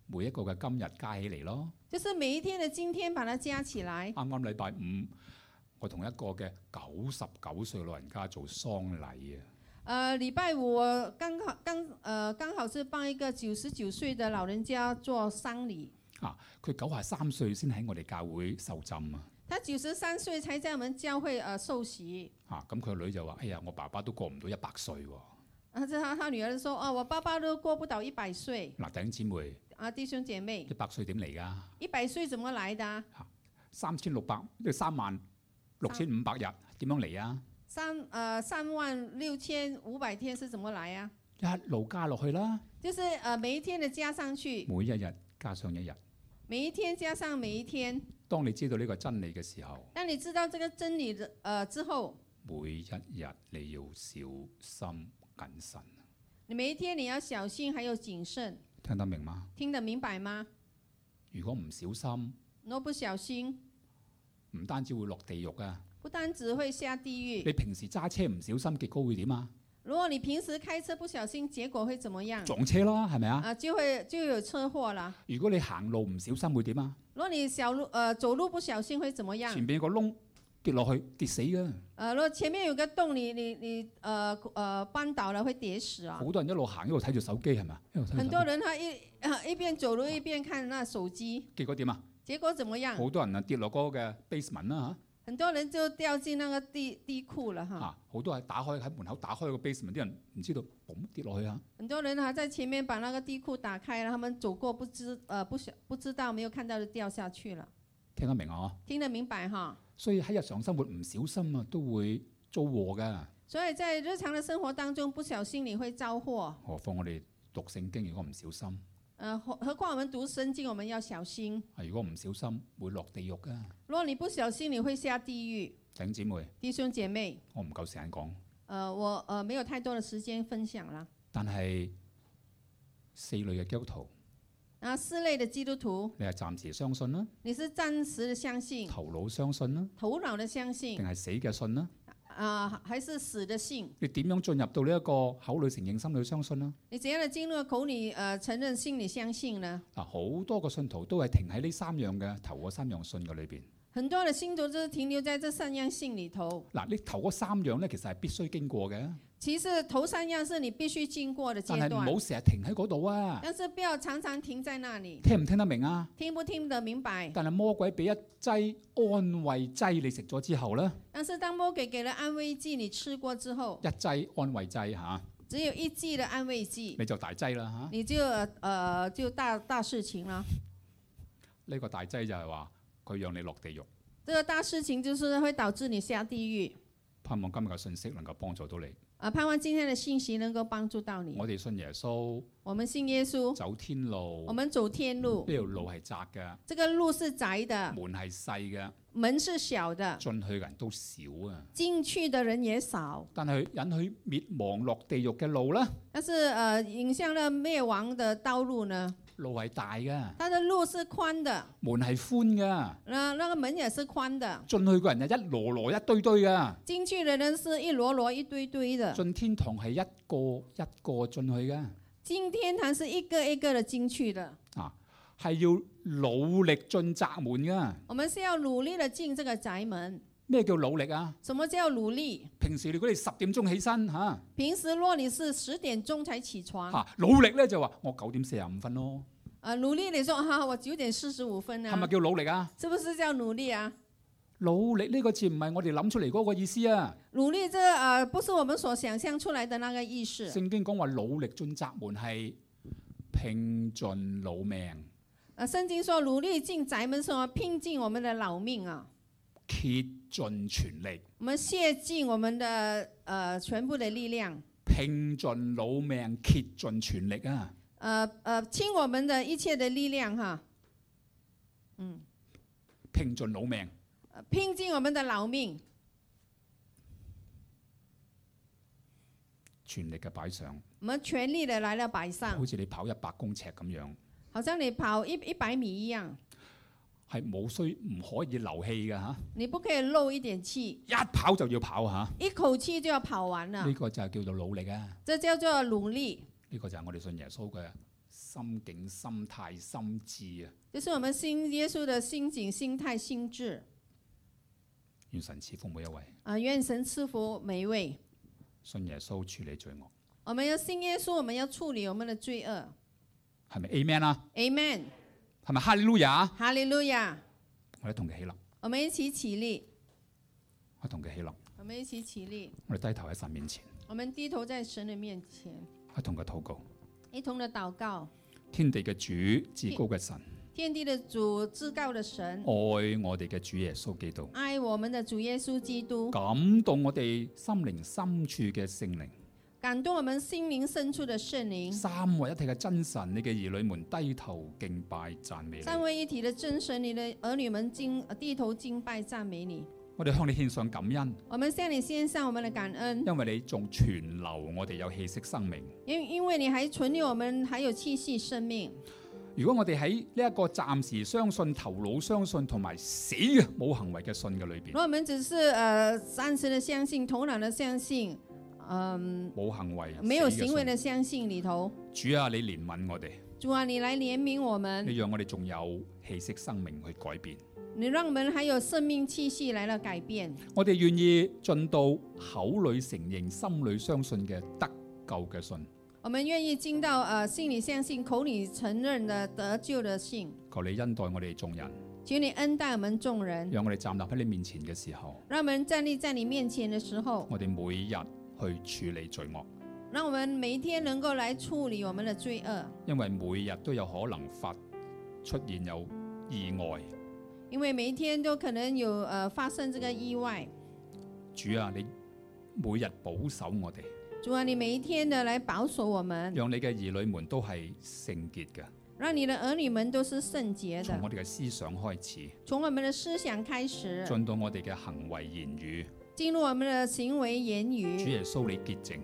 每一個嘅今日加起嚟咯。就是每一天的今天把它加起來。啱啱禮拜五，我同一個嘅九十九歲老人家做喪禮啊，呃，禮拜五我剛好刚呃刚好是帮一個九十九歲的老人家做喪禮，佢九十三歲先喺我哋教會受浸啊。他九十三歲才在我們教會呃受洗。啊，咁佢個女就話：哎呀，我爸爸都過唔到一百歲喎。啊，这他他女兒就說：哦，我爸爸都過不到一百歲嗱，弟兄姊妹，啊，弟兄姐妹一，百歲點嚟㗎？一百歲怎麼來的啊？三千六百，即係三萬六千五百日點樣嚟啊？三呃三萬六千五百天是怎麼來啊？一路加落去啦，就是呃每一天的加上去，每一日加上一日。每一天加上每一天。當你知道呢個真理嘅時候，当你知道这个真理的呃之后，每一日你要小心謹慎，你每一天你要小心，还有谨慎，聽得明嗎？听得明白吗？如果唔小心，若不小心，唔單止會落地獄啊！不单只会下地狱。你平時揸車唔小心，結果會點啊？如果你平时开车不小心，结果会怎么样？撞車啦，係咪啊？啊，就会就有车祸了。如果你行路唔小心，會點啊？如果你小路呃走路不小心会怎么样前？邊有個窿跌落去，跌死嘅。呃，如果前面有个洞，你你你呃呃绊倒了会跌死啊。好多人一路行一路睇住手機係咪啊？一路睇住手很機多人他一、呃、一 边走路一边看那手机，結果點啊？结果怎么样？好多人啊跌落嗰個嘅 basement 啦很多人就掉进那个地地库了嚇，哈。嚇好多係打開喺門口打開個 basement，啲人唔知道，嘣跌落去啊！很多人还在前面把那个地库打开了，他们走过不知呃不晓不知道没有看到就掉下去了，聽得明啊？听得明白哈？所以喺日常生活唔小心啊，都會遭禍㗎。所以在日常的生活当中，不小心你会遭祸。何況我哋讀聖經，如果唔小心，呃，何何况我们讀圣经，我们要小心。啊，如果唔小心會落地獄噶。如果你不小心，你会下地狱。弟兄姊妹，弟兄姐妹，我唔夠時間講，呃，我呃没有太多的时间分享了。但係四類嘅基督徒，啊，四类的基督徒，你係暫時相信啦，你是暂时的相信，頭腦相信啦，头脑的相信定，係死嘅信啦？啊，还是死的信？你點樣進入到呢一個口裏承認、心裏相信啦？你怎样的进入口里呃承认信里相信呢？嗱，好多個信徒都係停喺呢三樣嘅頭嗰三樣信嘅裏邊。很多的信徒就是停留在这三样信里头。嗱，呢頭嗰三樣咧，其實係必須經過嘅，其实头三样是你必须经过的阶但係段唔，好成日停喺嗰度啊！但是不要常常停在那里。聽唔聽得明啊？听不听得明白？但係魔鬼俾一劑安慰劑你食咗之後咧，但是当魔鬼給了安慰剂，你吃过之后，一劑安慰劑嚇，只有一剂的安慰剂，你就大劑啦嚇。呢、你就呃呃就大大事情了。個大劑就係話佢讓你落地獄。这个大事情就是会導致你下地獄。盼望今日嘅信息能夠幫助到你。啊，盼望今天的信息能够帮助到你。我哋信耶穌，我们信耶穌，走天路，我呢们走天路，條路係窄嘅，這個路是窄的，門係細門是小嘅，，的進去嘅人都少啊。進去的人也少。但係引去滅亡落地獄嘅路咧，但是呃，引向了滅亡的道路呢，路係大嘅，它的路是寬的，門係寬嘅，那那個門也是寬的，進去嘅人就一摞摞一堆堆嘅，進去的人是一摞摞一堆堆的。進天堂係一個一個進去嘅。進天堂是一個一個的進去的，係要努力進窄門噶。我們是要努力的進這個宅門。咩叫努力啊？什麼叫努力？平時如果你十點鐘起身嚇嚇、平時若你是十點鐘才起床，啊努力咧就話我九點四十五分咯，呃，努力你說哈、啊，我九點四十五分係咪啊，叫努力啊？是不是叫努力啊？努力呢個字唔係我哋諗出嚟嗰個意思啊。努力这呃不是我們所想象出來的那個意思，聖經講話努力進窄門係拼盡老命，呃，聖經說努力進宅門，什麼拼盡我們的老命啊，竭盡全力，我們竭盡我們的呃全部的力量，拼盡老命，竭盡全力啊！呃呃傾我們的一切的力量哈、拼盡老命，呃拼盡我們的老命，全力嘅擺上，我們全力的來了擺上，好似你跑一百公尺咁樣，好像你跑一一百米一樣，係冇需唔可以流氣嘅嚇，你不可以漏一點氣，一跑就要跑嚇。一口氣就要跑完了呢。個就係叫做努力啊！呢、这叫做努力，個就係我哋信耶穌嘅心境、心態、心智啊！就是我们信耶穌的心境、心態、心智願神賜福每一位啊、愿神赐福每一位。信耶穌處理罪惡，我们要信耶穌，我们要处理我们的罪恶。係咪 Amen 啊？ Amen，係咪哈利路亞？哈利路亚！我哋同佢起立，我们一起起立，我同佢起立，我们一起起立，我哋低頭喺神面前，我们低頭在神的面前，我同佢禱告。一同的祷告。天地嘅主，至高嘅神，天地的主，至高的神愛，我哋嘅主耶穌基督，爱我們的主耶穌基督，感動我哋心靈深處嘅聖靈，感動我們心靈深處的聖靈。三位一體嘅真神，你嘅兒女們低頭敬拜讚美三你。位一體的真神，你的儿女们敬呃低頭敬拜赞美你。我哋向你獻上感恩。我们向你献上我们的感恩，因為你仲存留我哋有氣息生命。因因为你还存留我们还有气息生命。如果我哋喺呢一個暫時相信、頭腦相信同埋死嘅冇行為嘅信嘅裏如邊，果我们只是呃暂时的相信、头脑的相信、嗯、冇行為、没有死嘅行為信的相信里头，主啊，你憐憫我哋，主啊，你来怜悯我们，你讓我哋仲有氣息生命去改變。你让我们还有生命气息来了改变。我哋願意進到口裏承認、心裏相信嘅得救嘅信。我们愿意听到呃心里相信、口里承认的得救的信。求你恩待我哋眾人，求你恩待我们众人，讓我哋站立喺你面前嘅時候，让我们站立在你面前的时候，我哋每日去處理罪惡，让我们每一天能够来处理我们的罪恶。因為每日都有可能發出現有意外。因为每一天都可能有呃发生这个意外。主啊，你每日保守我哋，主啊，你每一天的来保守我们，讓你嘅兒女們都係聖潔嘅，让你的儿女们都是圣洁從的我。哋嘅思想開始，从我们的思想开始，進到我哋嘅行為言語。进入我们的行为言主啊语。耶穌，你潔淨，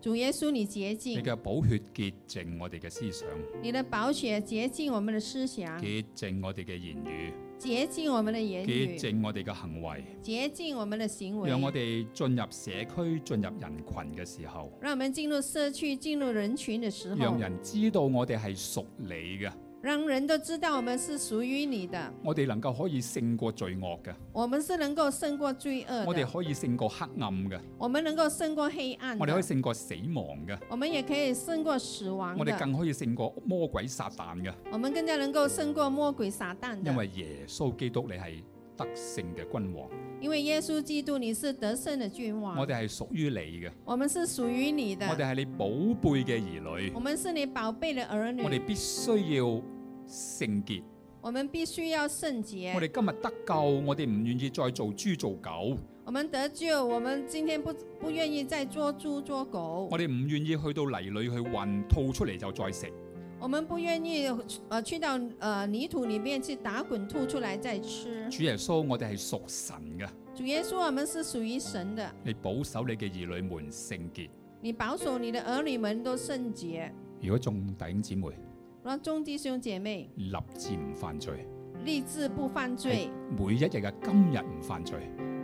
主耶稣，你洁你净，嘅寶血潔淨我哋嘅思想，你的宝血洁净我们的思想，潔淨我哋嘅言語，洁净我们的言潔语，淨我哋嘅行為，洁净我们的行为。讓我哋進入社區、進入人群嘅時候，让我们进入社区、进入人群的时讓候，人知道我哋係屬你嘅，让人都知道我们是属于你的，我哋能夠可以勝過罪惡嘅，我们是能够胜过罪恶我哋的，可以勝過黑暗嘅，我们能够胜过黑暗我哋可以的，勝過死亡嘅，我們也可以胜过死亡我哋的，更可以勝過魔鬼撒旦嘅。我們更加能够胜过魔鬼撒旦因的。為耶穌基督你係得勝嘅君王，因为耶稣基督，你是得胜的君王我，哋係屬於你嘅，我们是属于你我的，哋係你寶貝嘅兒女，我们是你宝贝的儿我女，哋必須要聖潔。我们必须要圣我洁。哋今日得救，我哋唔願意再做豬做狗，我们得救，我们今天不不愿意再做猪做狗，我哋唔願意去到泥裏去混，吐出嚟就再食。我们不愿意呃去到呃泥土里面去打滚吐出来再吃。主耶穌，我哋係屬神嘅，主耶稣，啊我们是属于神的，你保守你嘅兒女們聖潔。你保守你的儿女们都圣洁。如果眾弟兄姊妹让众弟兄姐妹立志唔犯罪，立志不犯罪，每一日嘅今日唔犯罪，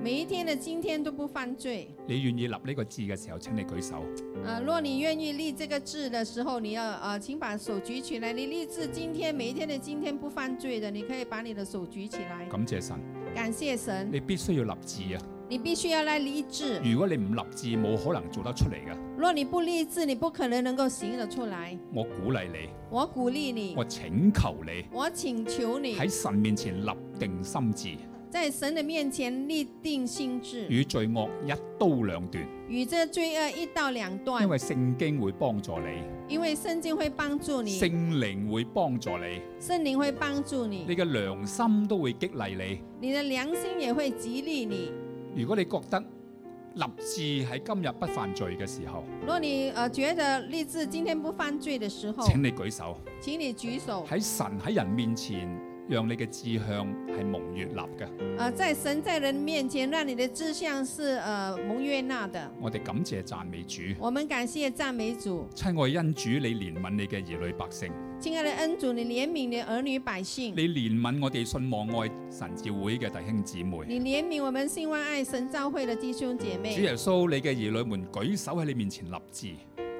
每一天的今天都不犯罪。你願意立呢個志嘅時候，請你舉手。呃，若你愿意立这个志的时候，你要呃，请把手举起来。你立志今天每一天的今天不犯罪的，你可以把你的手举起来。感謝神。感谢神，你必須要立志啊！你必须要来立志。如果你唔立志，冇可能做得出嚟嘅。若你不立志，你不可能能够行得出来。我鼓勵你，我鼓励你，我請求你我請求你喺神面前立定心志，在神的面前立定心志，與罪惡一刀兩斷。与这罪恶一刀两断因。為聖經會幫助你，因为圣经会帮助你，聖靈會幫助你，圣灵会帮助你你，嘅良心都會激勵你的良心也会激励你。你。如果你覺得立志喺今日不犯罪嘅時候，若你呃觉得立志今天不犯罪的时候，請你舉手请你举手。喺神喺人面前，讓你嘅志向係蒙悅納嘅。呃，在神在人面前，让你的志向是呃蒙悦纳的。我哋感謝讚美主，我们感谢赞美主，親愛恩主，你憐憫你嘅兒女百姓。亲爱的恩主，你怜悯你的儿女百姓，你憐憫我哋信望愛神召會嘅弟兄姊妹。你怜悯我们兴旺爱神召会的弟兄姐主妹。耶穌，你嘅兒女們舉手喺你面前立志，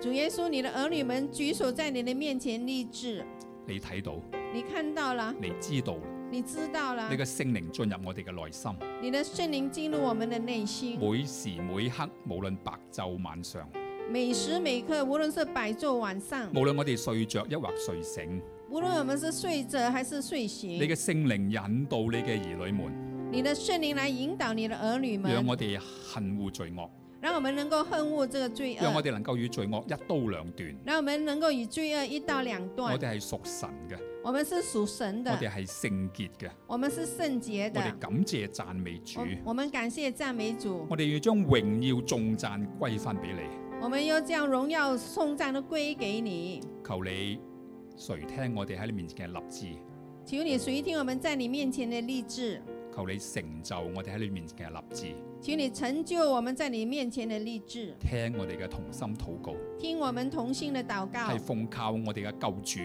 主耶稣，你的儿女们举手在你的面前立志，你睇到，你看到了，你知道，你知道了你，嘅聖靈進入我哋嘅內心，你的圣灵进入我们的内心，每時每刻，無論白晝晚上，每时每刻，无论是白昼晚上，無論我哋睡着抑或睡醒，无论我们是睡着还是睡你醒，嘅聖靈引導你嘅兒女們，你的圣灵来引导你的儿女们讓。我哋恨惡罪惡，让我们能够恨恶这个罪讓我恶，哋能夠與罪惡一刀兩斷。让我们能够与罪恶一刀两我断。哋係屬神嘅，我们是属神我的，哋係聖潔嘅，我们是圣洁我哋的。感謝讚美主我。我们感谢赞美主，我哋要將榮耀重讚歸翻俾你，我们要将荣耀颂赞都归给你。求你垂聽我哋喺你面前嘅立志，求你垂听我们在你面前的立志，求你成就我哋喺你面前嘅立志，求你成就我们在你面前的立志。聽我哋嘅同心禱告，听我们同心的祷告係，奉靠我哋嘅救主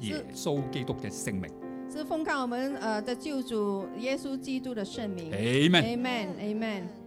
耶穌基督嘅聖名。是奉靠我们呃的救主耶稣基督的圣名。 Amen。 Amen，Amen。